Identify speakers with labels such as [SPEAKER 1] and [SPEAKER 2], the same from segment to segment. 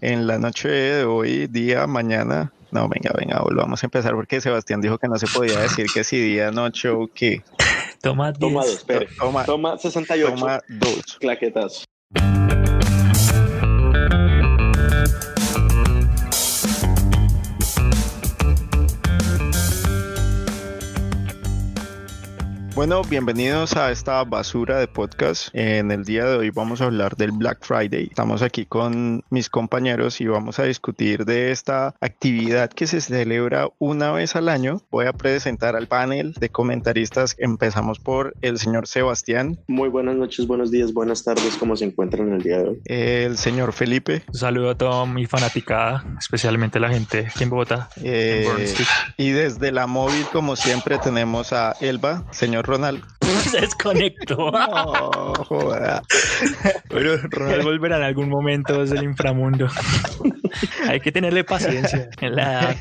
[SPEAKER 1] en la noche de hoy, día, mañana. No, venga, venga, volvamos a empezar porque Sebastián dijo que no se podía decir que si día, noche o qué.
[SPEAKER 2] Toma
[SPEAKER 3] Toma
[SPEAKER 2] 10.
[SPEAKER 3] dos, espere.
[SPEAKER 1] Toma-
[SPEAKER 3] Toma, 68.
[SPEAKER 1] Toma dos.
[SPEAKER 3] Claquetazo.
[SPEAKER 1] Bueno, bienvenidos a esta basura de podcast. En el día de hoy vamos a hablar del Black Friday. Estamos aquí con mis compañeros y vamos a discutir de esta actividad que se celebra una vez al año. Voy a presentar al panel de comentaristas. Empezamos por el señor Sebastián,
[SPEAKER 3] Muy buenas noches, buenos días, buenas tardes, ¿cómo se encuentran el día de hoy?
[SPEAKER 1] el señor Felipe,
[SPEAKER 2] Un saludo a toda mi fanaticada, especialmente la gente aquí en Bogotá. en
[SPEAKER 1] eh,
[SPEAKER 2] Burn Street.
[SPEAKER 1] y desde la móvil, como siempre, tenemos a Elba, señor Ronald.
[SPEAKER 2] Se desconectó. Oh,
[SPEAKER 1] No, joda.
[SPEAKER 2] Pero Ronald volverá en algún momento desde el inframundo. Hay que tenerle paciencia. En la...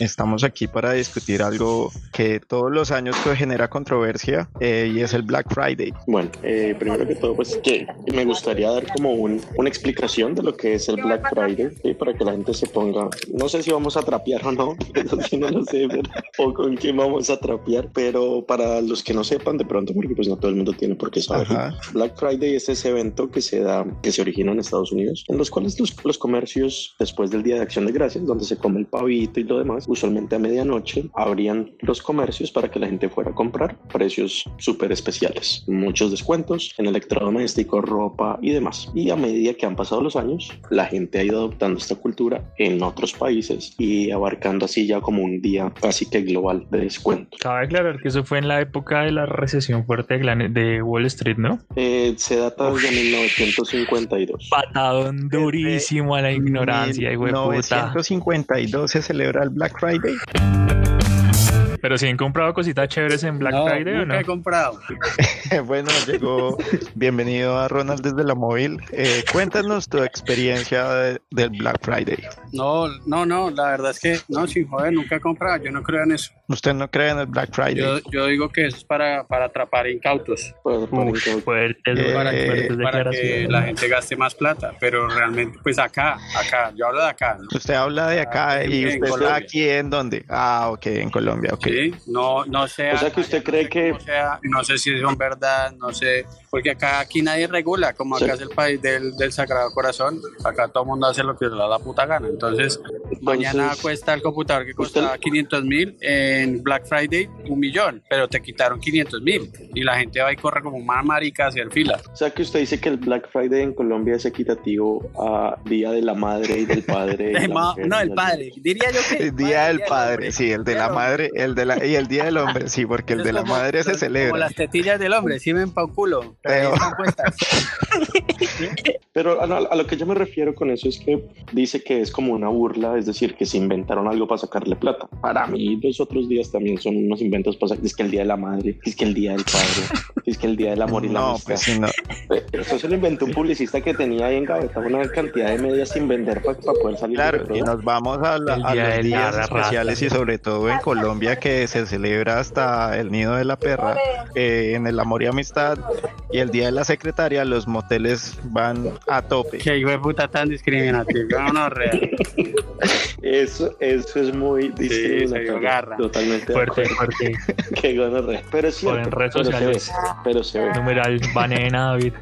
[SPEAKER 1] Estamos aquí para discutir algo que todos los años pues, genera controversia eh, y es el Black Friday.
[SPEAKER 3] Bueno, eh, primero que todo, pues que me gustaría dar como un- una explicación de lo que es el Black Friday, ¿sí? para que la gente se ponga, no sé si vamos a trapear o no, eso sí no lo sé, pero- o con quién vamos a trapear, pero para los que no sepan de pronto, porque pues no todo el mundo tiene por qué saber,
[SPEAKER 1] Ajá.
[SPEAKER 3] Black Friday es ese evento que se da, que se origina en Estados Unidos, en los cuales los, los comercios, después del Día de Acción de Gracias, donde se come el pavito y lo demás, usualmente a medianoche abrían los comercios para que la gente fuera a comprar precios súper especiales, muchos descuentos en electrodomésticos, ropa y demás. Y a medida que han pasado los años, la gente ha ido adoptando esta cultura en otros países y abarcando así ya como un día casi que global de descuento.
[SPEAKER 2] Cabe aclarar que eso fue en la época de la recesión fuerte de Glan- de Wall Street, ¿no?
[SPEAKER 3] Eh, se data desde 1952.
[SPEAKER 2] Patadón durísimo a la ignorancia, hijo de puta.
[SPEAKER 1] 1952 se celebra el Black Friday.
[SPEAKER 2] Pero si han comprado cositas chéveres en Black
[SPEAKER 4] No,
[SPEAKER 2] Friday o
[SPEAKER 4] nunca
[SPEAKER 2] no.
[SPEAKER 4] he comprado.
[SPEAKER 1] bueno, llegó. Bienvenido a Ronald desde la móvil. Eh, cuéntanos tu experiencia de- del Black Friday.
[SPEAKER 4] No, no, no, la verdad es que no, sin joder, nunca he comprado. Yo no creo en eso.
[SPEAKER 1] ¿Usted no cree en el Black Friday?
[SPEAKER 4] Yo, yo digo que eso es para, para atrapar incautos,
[SPEAKER 3] Pues, Para- para
[SPEAKER 1] Uf,
[SPEAKER 3] que-
[SPEAKER 2] Fuertes,
[SPEAKER 1] Eh,
[SPEAKER 4] para que,
[SPEAKER 2] fuertes
[SPEAKER 4] para que
[SPEAKER 2] declaraciones.
[SPEAKER 4] la gente gaste más plata. Pero realmente, pues acá, acá, yo hablo de acá, ¿no?
[SPEAKER 1] Usted habla de acá
[SPEAKER 4] en-
[SPEAKER 1] y
[SPEAKER 4] en
[SPEAKER 1] usted está
[SPEAKER 4] Colombia.
[SPEAKER 1] aquí en dónde? Ah, ok, en Colombia, ok.
[SPEAKER 4] Sí, no, no sé.
[SPEAKER 3] O sea que usted
[SPEAKER 4] allá no
[SPEAKER 3] cree
[SPEAKER 4] sé
[SPEAKER 3] que-
[SPEAKER 4] cómo sea, no sé si son verdad, no sé. Porque acá aquí nadie regula, como acá
[SPEAKER 3] Sí.
[SPEAKER 4] es el país del, del Sagrado Corazón. Acá todo el mundo hace lo que le da la puta gana. Entonces,
[SPEAKER 3] pues,
[SPEAKER 4] mañana pues
[SPEAKER 3] Entonces-
[SPEAKER 4] cuesta el computador que costaba 500 mil, en Black Friday un millón, pero te quitaron 500 mil. Y la gente va y corre como una marica a hacer fila.
[SPEAKER 3] O sea que usted dice que el Black Friday en Colombia es equitativo a Día de la Madre y del Padre. y la
[SPEAKER 4] Eh, Ma-
[SPEAKER 3] mujer
[SPEAKER 4] no,
[SPEAKER 3] y
[SPEAKER 4] el
[SPEAKER 3] la-
[SPEAKER 4] padre. Diría yo que.
[SPEAKER 1] El día del
[SPEAKER 4] del
[SPEAKER 1] padre,
[SPEAKER 4] hombre.
[SPEAKER 1] sí, el de la
[SPEAKER 4] Claro.
[SPEAKER 1] madre, el de la y el día del hombre, sí, porque el
[SPEAKER 4] Es
[SPEAKER 1] de la
[SPEAKER 4] como-
[SPEAKER 1] madre se
[SPEAKER 4] Como
[SPEAKER 1] celebra.
[SPEAKER 4] las tetillas del hombre, sirven pa' un culo.
[SPEAKER 1] Pero-
[SPEAKER 4] Pero ahí son puestas.
[SPEAKER 3] Pero a, a lo que yo me refiero con eso es que dice que es como una burla, es decir, que se inventaron algo para sacarle plata. Para mí, los otros días también son unos inventos para sacar. Es que el Día de la Madre, es que el Día del Padre, es que el Día del Amor y la
[SPEAKER 1] No,
[SPEAKER 3] Amistad.
[SPEAKER 1] pues sí, no.
[SPEAKER 3] Eh, Eso se lo inventó un publicista que tenía ahí en gaveta una cantidad de medias sin vender para, poder salir. del
[SPEAKER 1] Claro, y
[SPEAKER 3] programa.
[SPEAKER 1] nos vamos a, la-
[SPEAKER 2] El
[SPEAKER 1] a
[SPEAKER 2] día
[SPEAKER 1] los
[SPEAKER 2] de la
[SPEAKER 1] días
[SPEAKER 2] rata.
[SPEAKER 1] especiales y sobre todo en Colombia que se celebra hasta el nido de la perra, eh, en el amor y amistad y el día de la secretaria los moteles van a tope.
[SPEAKER 4] Qué hijo de puta tan discriminativo. No, no, real.
[SPEAKER 3] Eso, eso es muy
[SPEAKER 4] se dio
[SPEAKER 3] discriminatorio.
[SPEAKER 4] garra.
[SPEAKER 3] Totalmente. de
[SPEAKER 2] Fuerte, fuerte.
[SPEAKER 3] Qué gonorrea. Pero es
[SPEAKER 2] O
[SPEAKER 3] cierto.
[SPEAKER 2] en redes
[SPEAKER 3] pero se
[SPEAKER 2] sociales.
[SPEAKER 3] ve, Pero se ve.
[SPEAKER 2] Numeral banena, David.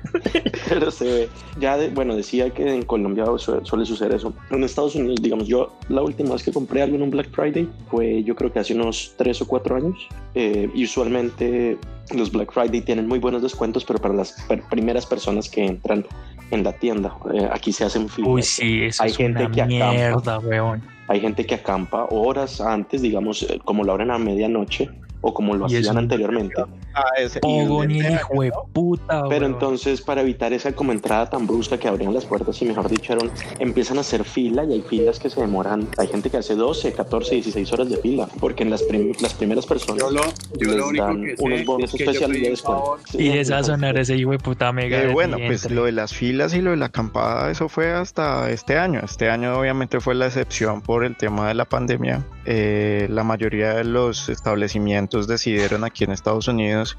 [SPEAKER 3] Pero se ve. Ya, de- bueno, decía que en Colombia su- suele suceder eso. En Estados Unidos, digamos, yo la última vez que compré algo en un Black Friday fue yo creo que hace unos tres o cuatro años. Eh, y usualmente los Black Friday tienen muy buenos descuentos, pero para las per- primeras personas que entran en la tienda, eh, aquí se hacen filas.
[SPEAKER 2] Uy, sí, eso
[SPEAKER 3] Hay
[SPEAKER 2] es
[SPEAKER 3] gente
[SPEAKER 2] una
[SPEAKER 3] que acampa.
[SPEAKER 2] mierda, weón.
[SPEAKER 3] Hay gente que acampa horas antes, digamos, eh, como lo abren a medianoche o como lo
[SPEAKER 2] Y es
[SPEAKER 3] hacían
[SPEAKER 2] un-
[SPEAKER 3] anteriormente.
[SPEAKER 1] Ah, ese-
[SPEAKER 2] Pogo ni
[SPEAKER 1] y-
[SPEAKER 2] hijo de puta,
[SPEAKER 3] Pero
[SPEAKER 2] weón.
[SPEAKER 3] entonces, para evitar esa como entrada tan brusca que abrían las puertas y mejor dicho, eran- empiezan a hacer fila y hay filas que se demoran. Hay gente que hace 12, 14, 16 horas de fila, porque en las, prim- las primeras personas
[SPEAKER 4] Yo lo, yo
[SPEAKER 3] les
[SPEAKER 4] lo único
[SPEAKER 3] dan
[SPEAKER 4] que sé
[SPEAKER 3] unos bonos
[SPEAKER 4] es que yo
[SPEAKER 3] especiales
[SPEAKER 4] pedí
[SPEAKER 3] de
[SPEAKER 4] un
[SPEAKER 3] descuento.
[SPEAKER 4] favor.
[SPEAKER 3] Sí,
[SPEAKER 2] Y
[SPEAKER 3] sí,
[SPEAKER 2] desazonar
[SPEAKER 3] sí.
[SPEAKER 2] ese hijo de puta mega.
[SPEAKER 1] Eh,
[SPEAKER 2] del
[SPEAKER 1] bueno, pues
[SPEAKER 2] vientre.
[SPEAKER 1] lo de las filas y lo de la acampada, eso fue hasta este año. Este año obviamente fue la excepción por el tema de la pandemia. Eh, la mayoría de los establecimientos decidieron aquí en Estados Unidos años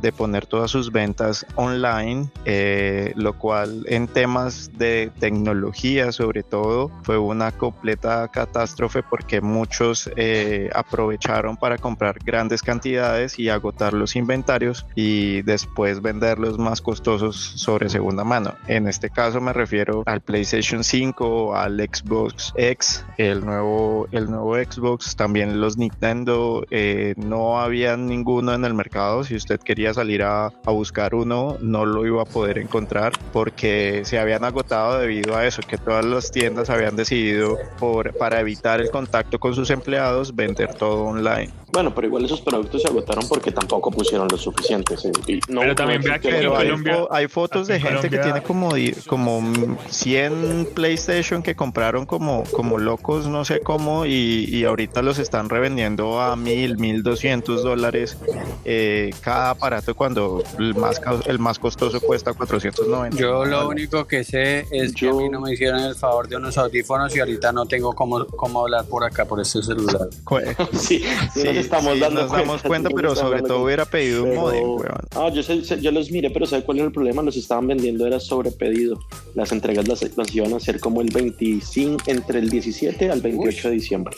[SPEAKER 1] de poner todas sus ventas online, eh, lo cual en temas de tecnología sobre todo fue una completa catástrofe porque muchos eh, aprovecharon para comprar grandes cantidades y agotar los inventarios y después venderlos más costosos sobre segunda mano. En este caso me refiero al PlayStation 5, al Xbox X, el nuevo, el nuevo Xbox, también los Nintendo, eh, no había ninguno en el mercado, si usted quería salir a, a, buscar uno, no lo iba a poder encontrar porque se habían agotado debido a eso, que todas las tiendas habían decidido por, para evitar el contacto con sus empleados vender todo online.
[SPEAKER 3] Bueno, pero igual esos productos se agotaron porque tampoco pusieron los suficientes. Eh.
[SPEAKER 2] No, pero también vea que
[SPEAKER 1] pero hay, Colombia, hay, fotos de gente Colombia. que tiene como, como 100 PlayStation que compraron como, como locos, no sé cómo, y, y ahorita los están revendiendo a 1000, 1200 dólares eh, cada aparato cuando el más, el más costoso cuesta 490.
[SPEAKER 4] Yo lo único que sé es que Yo... a mí no me hicieron el favor de unos audífonos y ahorita no tengo cómo, cómo hablar por acá, por este celular.
[SPEAKER 3] sí, sí, nos estamos
[SPEAKER 1] sí,
[SPEAKER 3] dando
[SPEAKER 1] nos cuenta, damos cuenta, sí, pero sobre todo hubiera pedido pero... un modem, weón.
[SPEAKER 3] Ah, yo, sé, yo los miré, pero ¿sabes cuál era el problema? Los estaban vendiendo, era sobre pedido. Las entregas las, las iban a hacer como el 25, entre el 17 al 28 de diciembre.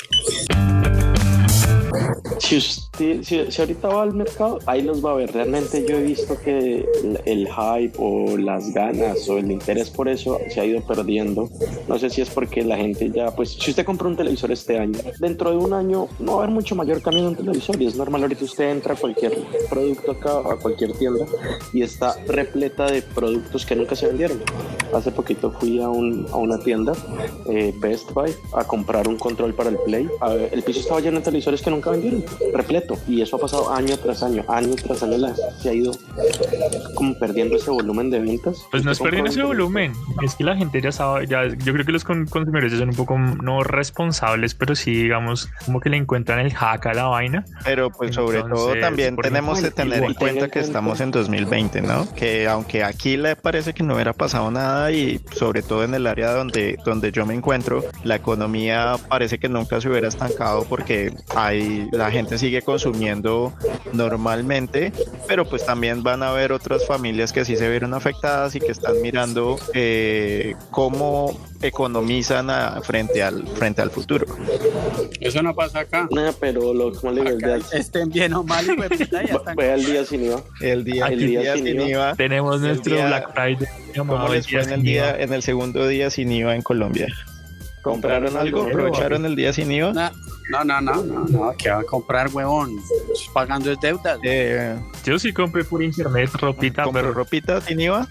[SPEAKER 3] Si usted, si, si, ahorita va al mercado, ahí los va a ver. Realmente yo he visto que el, el, hype o las ganas o el interés por eso se ha ido perdiendo. No sé si es porque la gente ya, pues, si usted compra un televisor este año, dentro de un año no va a haber mucho mayor cambio en un televisor. Y es normal, ahorita usted entra a cualquier producto acá, a cualquier tienda, y está repleta de productos que nunca se vendieron. Hace poquito fui a, un, a una tienda, eh, Best Buy, a comprar un control para el Play. A ver, el piso estaba lleno de televisores que nunca vendieron repleto. Y eso ha pasado año tras año, año tras año. La, se ha ido como perdiendo ese volumen de ventas.
[SPEAKER 2] Pues no es perdiendo ese volumen, es que la gente ya sabe, ya, yo creo que los consumidores son un poco no responsables, pero sí, digamos, como que le encuentran el hack a la vaina.
[SPEAKER 1] Pero pues Entonces, sobre todo también tenemos que tener en cuenta que estamos en 2020, ¿no? Que aunque aquí le parece que no hubiera pasado nada y sobre todo en el área donde, donde yo me encuentro, la economía parece que nunca se hubiera estancado porque hay la la gente sigue consumiendo normalmente, pero pues también van a haber otras familias que sí se vieron afectadas y que están mirando eh, cómo economizan a, frente, al, frente al futuro.
[SPEAKER 4] Eso no pasa acá.
[SPEAKER 3] No, pero lo, como le digo,
[SPEAKER 4] acá, estén bien o mal, y pues, ya están...
[SPEAKER 3] el día sin IVA.
[SPEAKER 1] El día, el día, día sin, IVA. IVA.
[SPEAKER 2] Tenemos el nuestro día, Black Friday.
[SPEAKER 1] ¿Cómo les fue en el, día, en el segundo día sin IVA en Colombia? ¿Compraron algo? ¿Aprovecharon el día sin IVA?
[SPEAKER 4] Nah. No, no, no, no, no, que va a comprar, huevón. Pagando es deudas.
[SPEAKER 2] Eh, yo sí compré por internet ropita,
[SPEAKER 1] pero ropita sin IVA.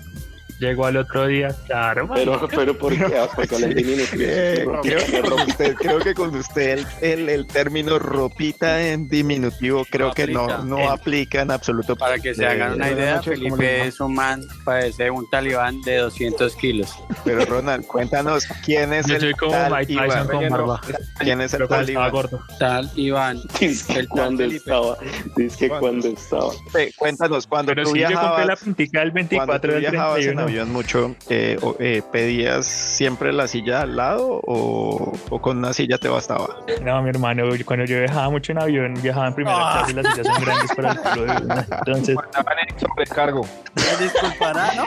[SPEAKER 2] Llegó al otro día, claro.
[SPEAKER 3] Pero, pero ¿por qué? Ah, Porque le
[SPEAKER 1] Eh,
[SPEAKER 3] diminutivo.
[SPEAKER 1] creo, que con usted el, el, el, término ropita en diminutivo creo no que aplica, no, no el, aplica en absoluto.
[SPEAKER 4] Para que se hagan una idea, Felipe es un man, parece un talibán de 200 kilos.
[SPEAKER 1] Pero Ronald, cuéntanos, ¿quién es
[SPEAKER 2] Yo
[SPEAKER 1] el soy
[SPEAKER 2] como Mike Tyson con barba.
[SPEAKER 1] ¿Quién es el tal Iván? Gordo.
[SPEAKER 4] Tal Iván.
[SPEAKER 3] Dice que cuando estaba. Dice que cuando estaba.
[SPEAKER 1] Cuéntanos, cuando
[SPEAKER 2] pero
[SPEAKER 1] tú
[SPEAKER 2] si
[SPEAKER 1] viajabas.
[SPEAKER 2] Yo compré la puntica del 24 del 31
[SPEAKER 1] avión mucho, eh, eh, ¿pedías siempre la silla al lado o, o, con una silla te bastaba?
[SPEAKER 2] No, mi hermano, cuando yo viajaba mucho en avión, viajaba en primera oh. clase y las sillas son grandes para el culo de uno. Entonces.
[SPEAKER 5] en sobrecargo.
[SPEAKER 4] disculpará, ¿no?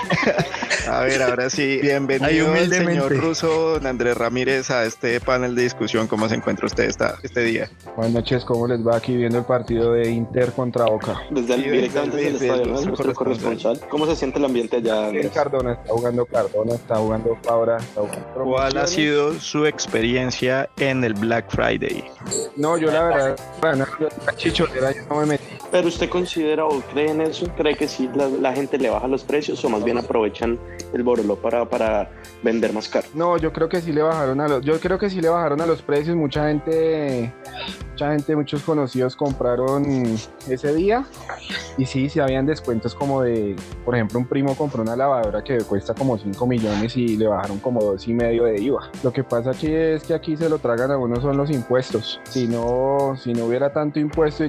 [SPEAKER 1] A ver, ahora sí, bienvenido el señor ruso, don Andrés Ramírez, a este panel de discusión. ¿Cómo se encuentra usted esta, este día?
[SPEAKER 5] Buenas noches, ¿cómo les va aquí viendo el partido de Inter contra Boca?
[SPEAKER 3] Desde el, sí, directamente desde el, desde el, estadio, nuestro corresponsal. ¿Cómo se siente el ambiente allá?
[SPEAKER 5] Cardona, está jugando Cardona, está jugando Fabra, está jugando
[SPEAKER 1] ¿Cuál ha sido su experiencia en el Black Friday?
[SPEAKER 5] No, yo la verdad, bueno, la chichonera yo no me metí.
[SPEAKER 3] Pero usted considera o cree en eso, cree que sí la, la gente le baja los precios o más bien aprovechan el borolo para, para vender más caro.
[SPEAKER 5] No, yo creo que sí le bajaron a los, yo creo que sí le bajaron a los precios. Mucha gente, mucha gente, muchos conocidos compraron ese día y sí, sí habían descuentos como de, por ejemplo, un primo compró una lavadora que cuesta como 5 millones y le bajaron como dos y medio de IVA. Lo que pasa aquí es que aquí se lo tragan a uno son los impuestos. Si no, si no hubiera tanto impuesto y,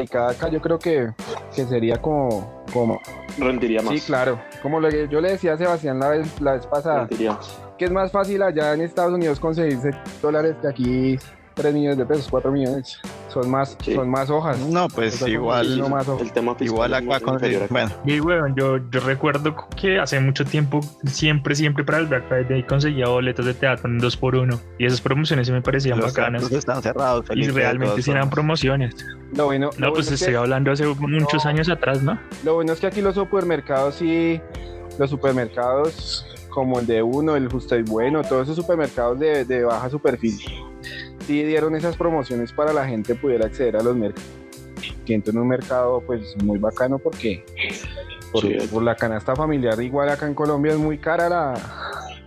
[SPEAKER 5] y cada acá, yo creo que, que sería como, como
[SPEAKER 3] rendiría más.
[SPEAKER 5] Sí, claro. Como lo que yo le decía a Sebastián la vez, la vez pasada,
[SPEAKER 3] rendiría.
[SPEAKER 5] que es más fácil allá en Estados Unidos conseguirse dólares que aquí 3 millones de pesos, 4 millones. son más,
[SPEAKER 3] Sí.
[SPEAKER 5] son más hojas.
[SPEAKER 1] No, pues
[SPEAKER 5] Está
[SPEAKER 1] igual,
[SPEAKER 5] confundido. más o-
[SPEAKER 3] el tema fiscal
[SPEAKER 1] igual
[SPEAKER 3] es
[SPEAKER 1] acá
[SPEAKER 3] más
[SPEAKER 2] pues,
[SPEAKER 1] con...
[SPEAKER 3] inferior a-
[SPEAKER 1] Bueno,
[SPEAKER 2] Y weón, yo, yo recuerdo que hace mucho tiempo, siempre, siempre para el Black Friday conseguía boletas de teatro en 2x1 y esas promociones sí me parecían
[SPEAKER 1] los
[SPEAKER 2] bacanas
[SPEAKER 1] teatros están cerrados.
[SPEAKER 2] y
[SPEAKER 1] Felipe, de
[SPEAKER 2] realmente
[SPEAKER 1] todas
[SPEAKER 2] sí eran
[SPEAKER 1] formas.
[SPEAKER 2] promociones.
[SPEAKER 5] Lo bueno,
[SPEAKER 2] No, pues
[SPEAKER 5] lo bueno es que-
[SPEAKER 2] estoy hablando hace muchos años atrás, ¿no?
[SPEAKER 5] Lo bueno es que aquí los supermercados sí, los supermercados como el de uno, el justo y bueno, todos esos supermercados de, de baja superficie, sí dieron esas promociones para la gente pudiera acceder a los mercados. Siento en un mercado pues muy bacano porque por,
[SPEAKER 3] Sí.
[SPEAKER 5] por la canasta familiar igual acá en Colombia es muy cara la,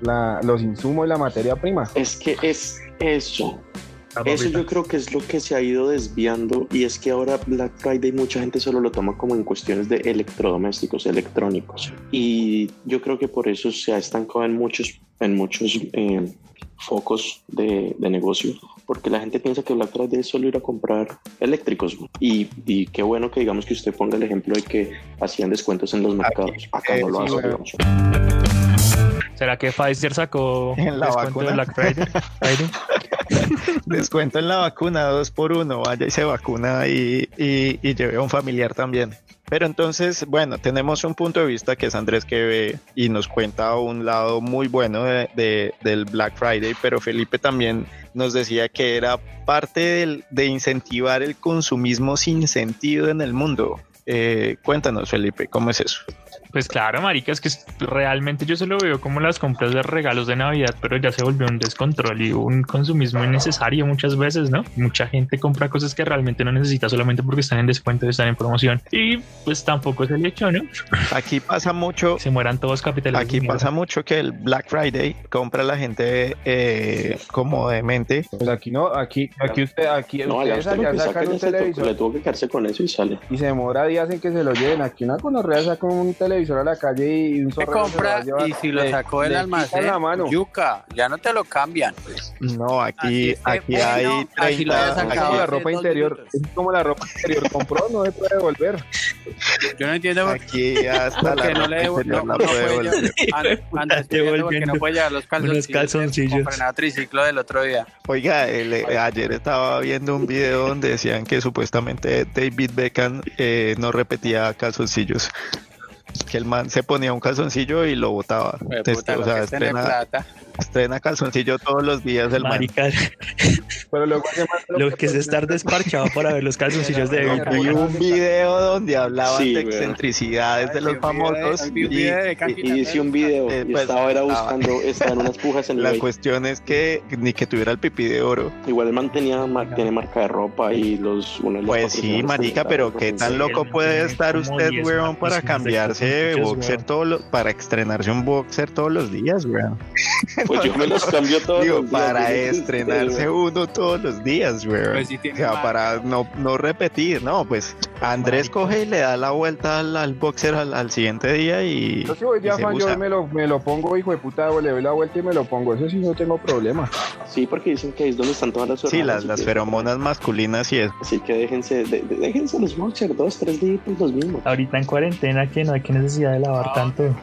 [SPEAKER 5] la- los insumos y la materia prima.
[SPEAKER 3] Es que es eso.
[SPEAKER 2] La
[SPEAKER 3] Eso
[SPEAKER 2] papita.
[SPEAKER 3] yo creo que es lo que se ha ido desviando y es que ahora Black Friday mucha gente solo lo toma como en cuestiones de electrodomésticos, electrónicos. Y yo creo que por eso se ha estancado en muchos, en muchos eh, focos de, de negocio, porque la gente piensa que Black Friday es solo ir a comprar eléctricos. Y, y qué bueno que digamos que usted ponga el ejemplo de que hacían descuentos en los mercados. Acá
[SPEAKER 1] eh,
[SPEAKER 3] no lo
[SPEAKER 1] sí,
[SPEAKER 3] hacen.
[SPEAKER 1] bueno.
[SPEAKER 3] digamos.
[SPEAKER 2] ¿Será que Pfizer sacó
[SPEAKER 1] En la
[SPEAKER 2] descuento de
[SPEAKER 1] vacuna.
[SPEAKER 2] Black Friday? Friday?
[SPEAKER 1] Descuento en la vacuna, dos por uno, vaya y se vacuna y, y, y lleve a un familiar también. Pero entonces, bueno, tenemos un punto de vista que es Andrés que ve y nos cuenta un lado muy bueno de- de- del Black Friday, pero Felipe también nos decía que era parte del- de incentivar el consumismo sin sentido en el mundo. Eh, cuéntanos, Felipe, ¿cómo es eso?
[SPEAKER 2] Pues claro, marica, es que es- realmente yo se lo veo como las compras de regalos de Navidad, pero ya se volvió un descontrol y un consumismo innecesario muchas veces, ¿no? Mucha gente compra cosas que realmente no necesita solamente porque están en descuento, están en promoción. Y pues tampoco es el hecho, ¿no?
[SPEAKER 1] Aquí pasa mucho
[SPEAKER 2] Que se mueran todos capitalistas.
[SPEAKER 1] Aquí pasa mucho que el Black Friday compra la gente eh, como demente.
[SPEAKER 5] Pues aquí no, aquí, aquí usted, aquí
[SPEAKER 3] No, allá
[SPEAKER 5] ustedes
[SPEAKER 3] usted lo
[SPEAKER 5] allá
[SPEAKER 3] que saca
[SPEAKER 5] sacan
[SPEAKER 3] ya
[SPEAKER 5] un
[SPEAKER 3] se tocó-
[SPEAKER 5] televisor
[SPEAKER 3] le tuvo que quedarse con eso y sale.
[SPEAKER 5] y se demora días en que se lo lleven. Aquí una conorrea saca un televisor a la calle y un
[SPEAKER 4] Te
[SPEAKER 5] zorro se lo va a
[SPEAKER 4] compra
[SPEAKER 5] llevar.
[SPEAKER 4] y si lo
[SPEAKER 5] Le-
[SPEAKER 4] sacó
[SPEAKER 5] le
[SPEAKER 4] del
[SPEAKER 5] quitan
[SPEAKER 4] almacén,
[SPEAKER 5] la mano.
[SPEAKER 4] yuca, ya no te lo cambian.
[SPEAKER 1] No,
[SPEAKER 4] Así
[SPEAKER 1] aquí,
[SPEAKER 4] esté
[SPEAKER 1] aquí
[SPEAKER 4] bueno,
[SPEAKER 1] hay
[SPEAKER 4] así lo haya
[SPEAKER 1] 30.
[SPEAKER 4] sacado.
[SPEAKER 5] Es
[SPEAKER 1] aquí-
[SPEAKER 5] como la
[SPEAKER 4] hace
[SPEAKER 5] ropa
[SPEAKER 4] dos
[SPEAKER 5] interior,
[SPEAKER 4] minutos.
[SPEAKER 5] es como la ropa interior compró, no se puede devolver.
[SPEAKER 4] Yo no entiendo por
[SPEAKER 1] Aquí, hasta la
[SPEAKER 4] Porque no
[SPEAKER 1] ropa
[SPEAKER 4] le devo-
[SPEAKER 1] interior
[SPEAKER 4] no,
[SPEAKER 1] la
[SPEAKER 4] pues, no
[SPEAKER 1] puede
[SPEAKER 4] puede
[SPEAKER 1] volver.
[SPEAKER 4] llevar- an- Andrés pidiendo porque no puede llevar los calzoncillos.
[SPEAKER 2] Unos calzoncillos.
[SPEAKER 4] que compré en la triciclo del otro día.
[SPEAKER 1] Oiga, el- eh, ayer estaba viendo un video donde decían que supuestamente David Beckham eh, no repetía calzoncillos. Que el man se ponía un calzoncillo y lo botaba.
[SPEAKER 4] Pues,
[SPEAKER 1] Este,
[SPEAKER 4] puta,
[SPEAKER 1] o
[SPEAKER 4] lo
[SPEAKER 1] sea,
[SPEAKER 4] que es tener
[SPEAKER 1] estrena,
[SPEAKER 4] plata.
[SPEAKER 1] estrena calzoncillo todos los días el man.
[SPEAKER 2] Marica,
[SPEAKER 5] Pero luego ¿qué más?
[SPEAKER 2] lo que es estar desparchado para ver los calzoncillos de
[SPEAKER 5] Pero,
[SPEAKER 2] Beckham.
[SPEAKER 1] Vi un video donde hablaban
[SPEAKER 3] Sí,
[SPEAKER 1] de
[SPEAKER 3] weón.
[SPEAKER 1] excentricidades de
[SPEAKER 4] Ay, eh,
[SPEAKER 1] los
[SPEAKER 4] vi un video de-
[SPEAKER 1] famosos
[SPEAKER 4] vi un
[SPEAKER 1] y-
[SPEAKER 4] video de Kaki
[SPEAKER 1] y-
[SPEAKER 3] Y hice un video
[SPEAKER 1] Eh,
[SPEAKER 3] y
[SPEAKER 1] pues,
[SPEAKER 3] estaba era
[SPEAKER 1] estaba.
[SPEAKER 3] buscando, estaban unas pujas en el
[SPEAKER 1] La
[SPEAKER 3] vehículo.
[SPEAKER 1] cuestión es que ni que tuviera el pipí de oro.
[SPEAKER 3] Igual el man tenía, mar- tiene marca de ropa y los... uno de los
[SPEAKER 1] Pues sí,
[SPEAKER 3] patrocinadores
[SPEAKER 1] marica,
[SPEAKER 3] también era
[SPEAKER 1] pero qué
[SPEAKER 3] patrocinador.
[SPEAKER 1] tan loco
[SPEAKER 2] Sí,
[SPEAKER 1] puede
[SPEAKER 2] tiene
[SPEAKER 1] estar
[SPEAKER 2] como
[SPEAKER 1] usted,
[SPEAKER 2] 10
[SPEAKER 1] weón, para
[SPEAKER 2] marcas de
[SPEAKER 1] cambiarse de
[SPEAKER 2] calzoncillos,
[SPEAKER 1] boxer
[SPEAKER 2] weón.
[SPEAKER 1] todos los, para estrenarse un boxer todos los días, weón.
[SPEAKER 3] Pues yo me los cambio todos
[SPEAKER 1] Digo,
[SPEAKER 3] los días,
[SPEAKER 1] para
[SPEAKER 3] güey. este
[SPEAKER 1] estrenarse uno todos los días, weón.
[SPEAKER 4] Pues sí
[SPEAKER 1] O
[SPEAKER 4] tiene
[SPEAKER 1] sea,
[SPEAKER 4] más.
[SPEAKER 1] para no, no repetir, no, pues Andrés
[SPEAKER 2] Marica.
[SPEAKER 1] coge y le da la vuelta al, al boxer al, al siguiente día y,
[SPEAKER 5] Yo si voy de
[SPEAKER 1] y se
[SPEAKER 5] afán, yo
[SPEAKER 1] usa.
[SPEAKER 5] me lo, me lo pongo, hijo de puta, le doy la vuelta y me lo pongo. Eso sí, no tengo problema.
[SPEAKER 3] Sí, porque dicen que ahí es donde están todas las
[SPEAKER 1] Sí,
[SPEAKER 3] hormonas,
[SPEAKER 1] las,
[SPEAKER 3] así
[SPEAKER 1] las
[SPEAKER 3] que-
[SPEAKER 1] feromonas masculinas y eso.
[SPEAKER 3] Así que déjense, de- de- déjense los boxers, dos, tres días, pues, los mismos.
[SPEAKER 2] Ahorita en cuarentena que no hay que necesidad de lavar tanto.